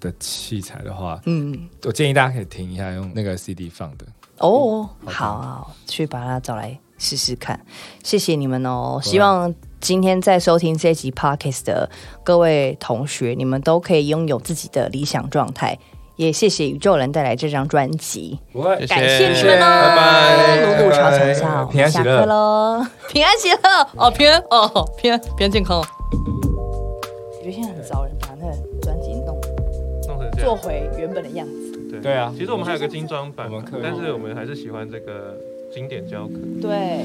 Speaker 3: 的器材的话，
Speaker 2: 嗯，
Speaker 3: 我建议大家可以听一下用那个 CD 放的。
Speaker 2: 哦，好好，去把它找来试试看。谢谢你们哦，希望今天在收听这集 podcast 的各位同学，你们都可以拥有自己的理想状态。也谢谢宇宙人带来这张专辑，
Speaker 3: 我
Speaker 1: 谢谢
Speaker 2: 感谢你们哦，
Speaker 1: 拜拜
Speaker 2: 鲁鲁朝朝笑，
Speaker 3: 哎平安喜乐
Speaker 2: 我们下课喽，平安喜乐哦，平安哦，平安平安健康哦。我觉得现在很少人把那个专辑弄
Speaker 1: 弄成这
Speaker 3: 啊
Speaker 2: 做
Speaker 1: 样。
Speaker 2: 回原本的样子，
Speaker 1: 对
Speaker 3: 对啊
Speaker 1: 其实我们还有个精装版
Speaker 3: 我
Speaker 1: 嘛
Speaker 3: 们可以，
Speaker 1: 但是我们还是喜欢这个经典教课。
Speaker 2: 对。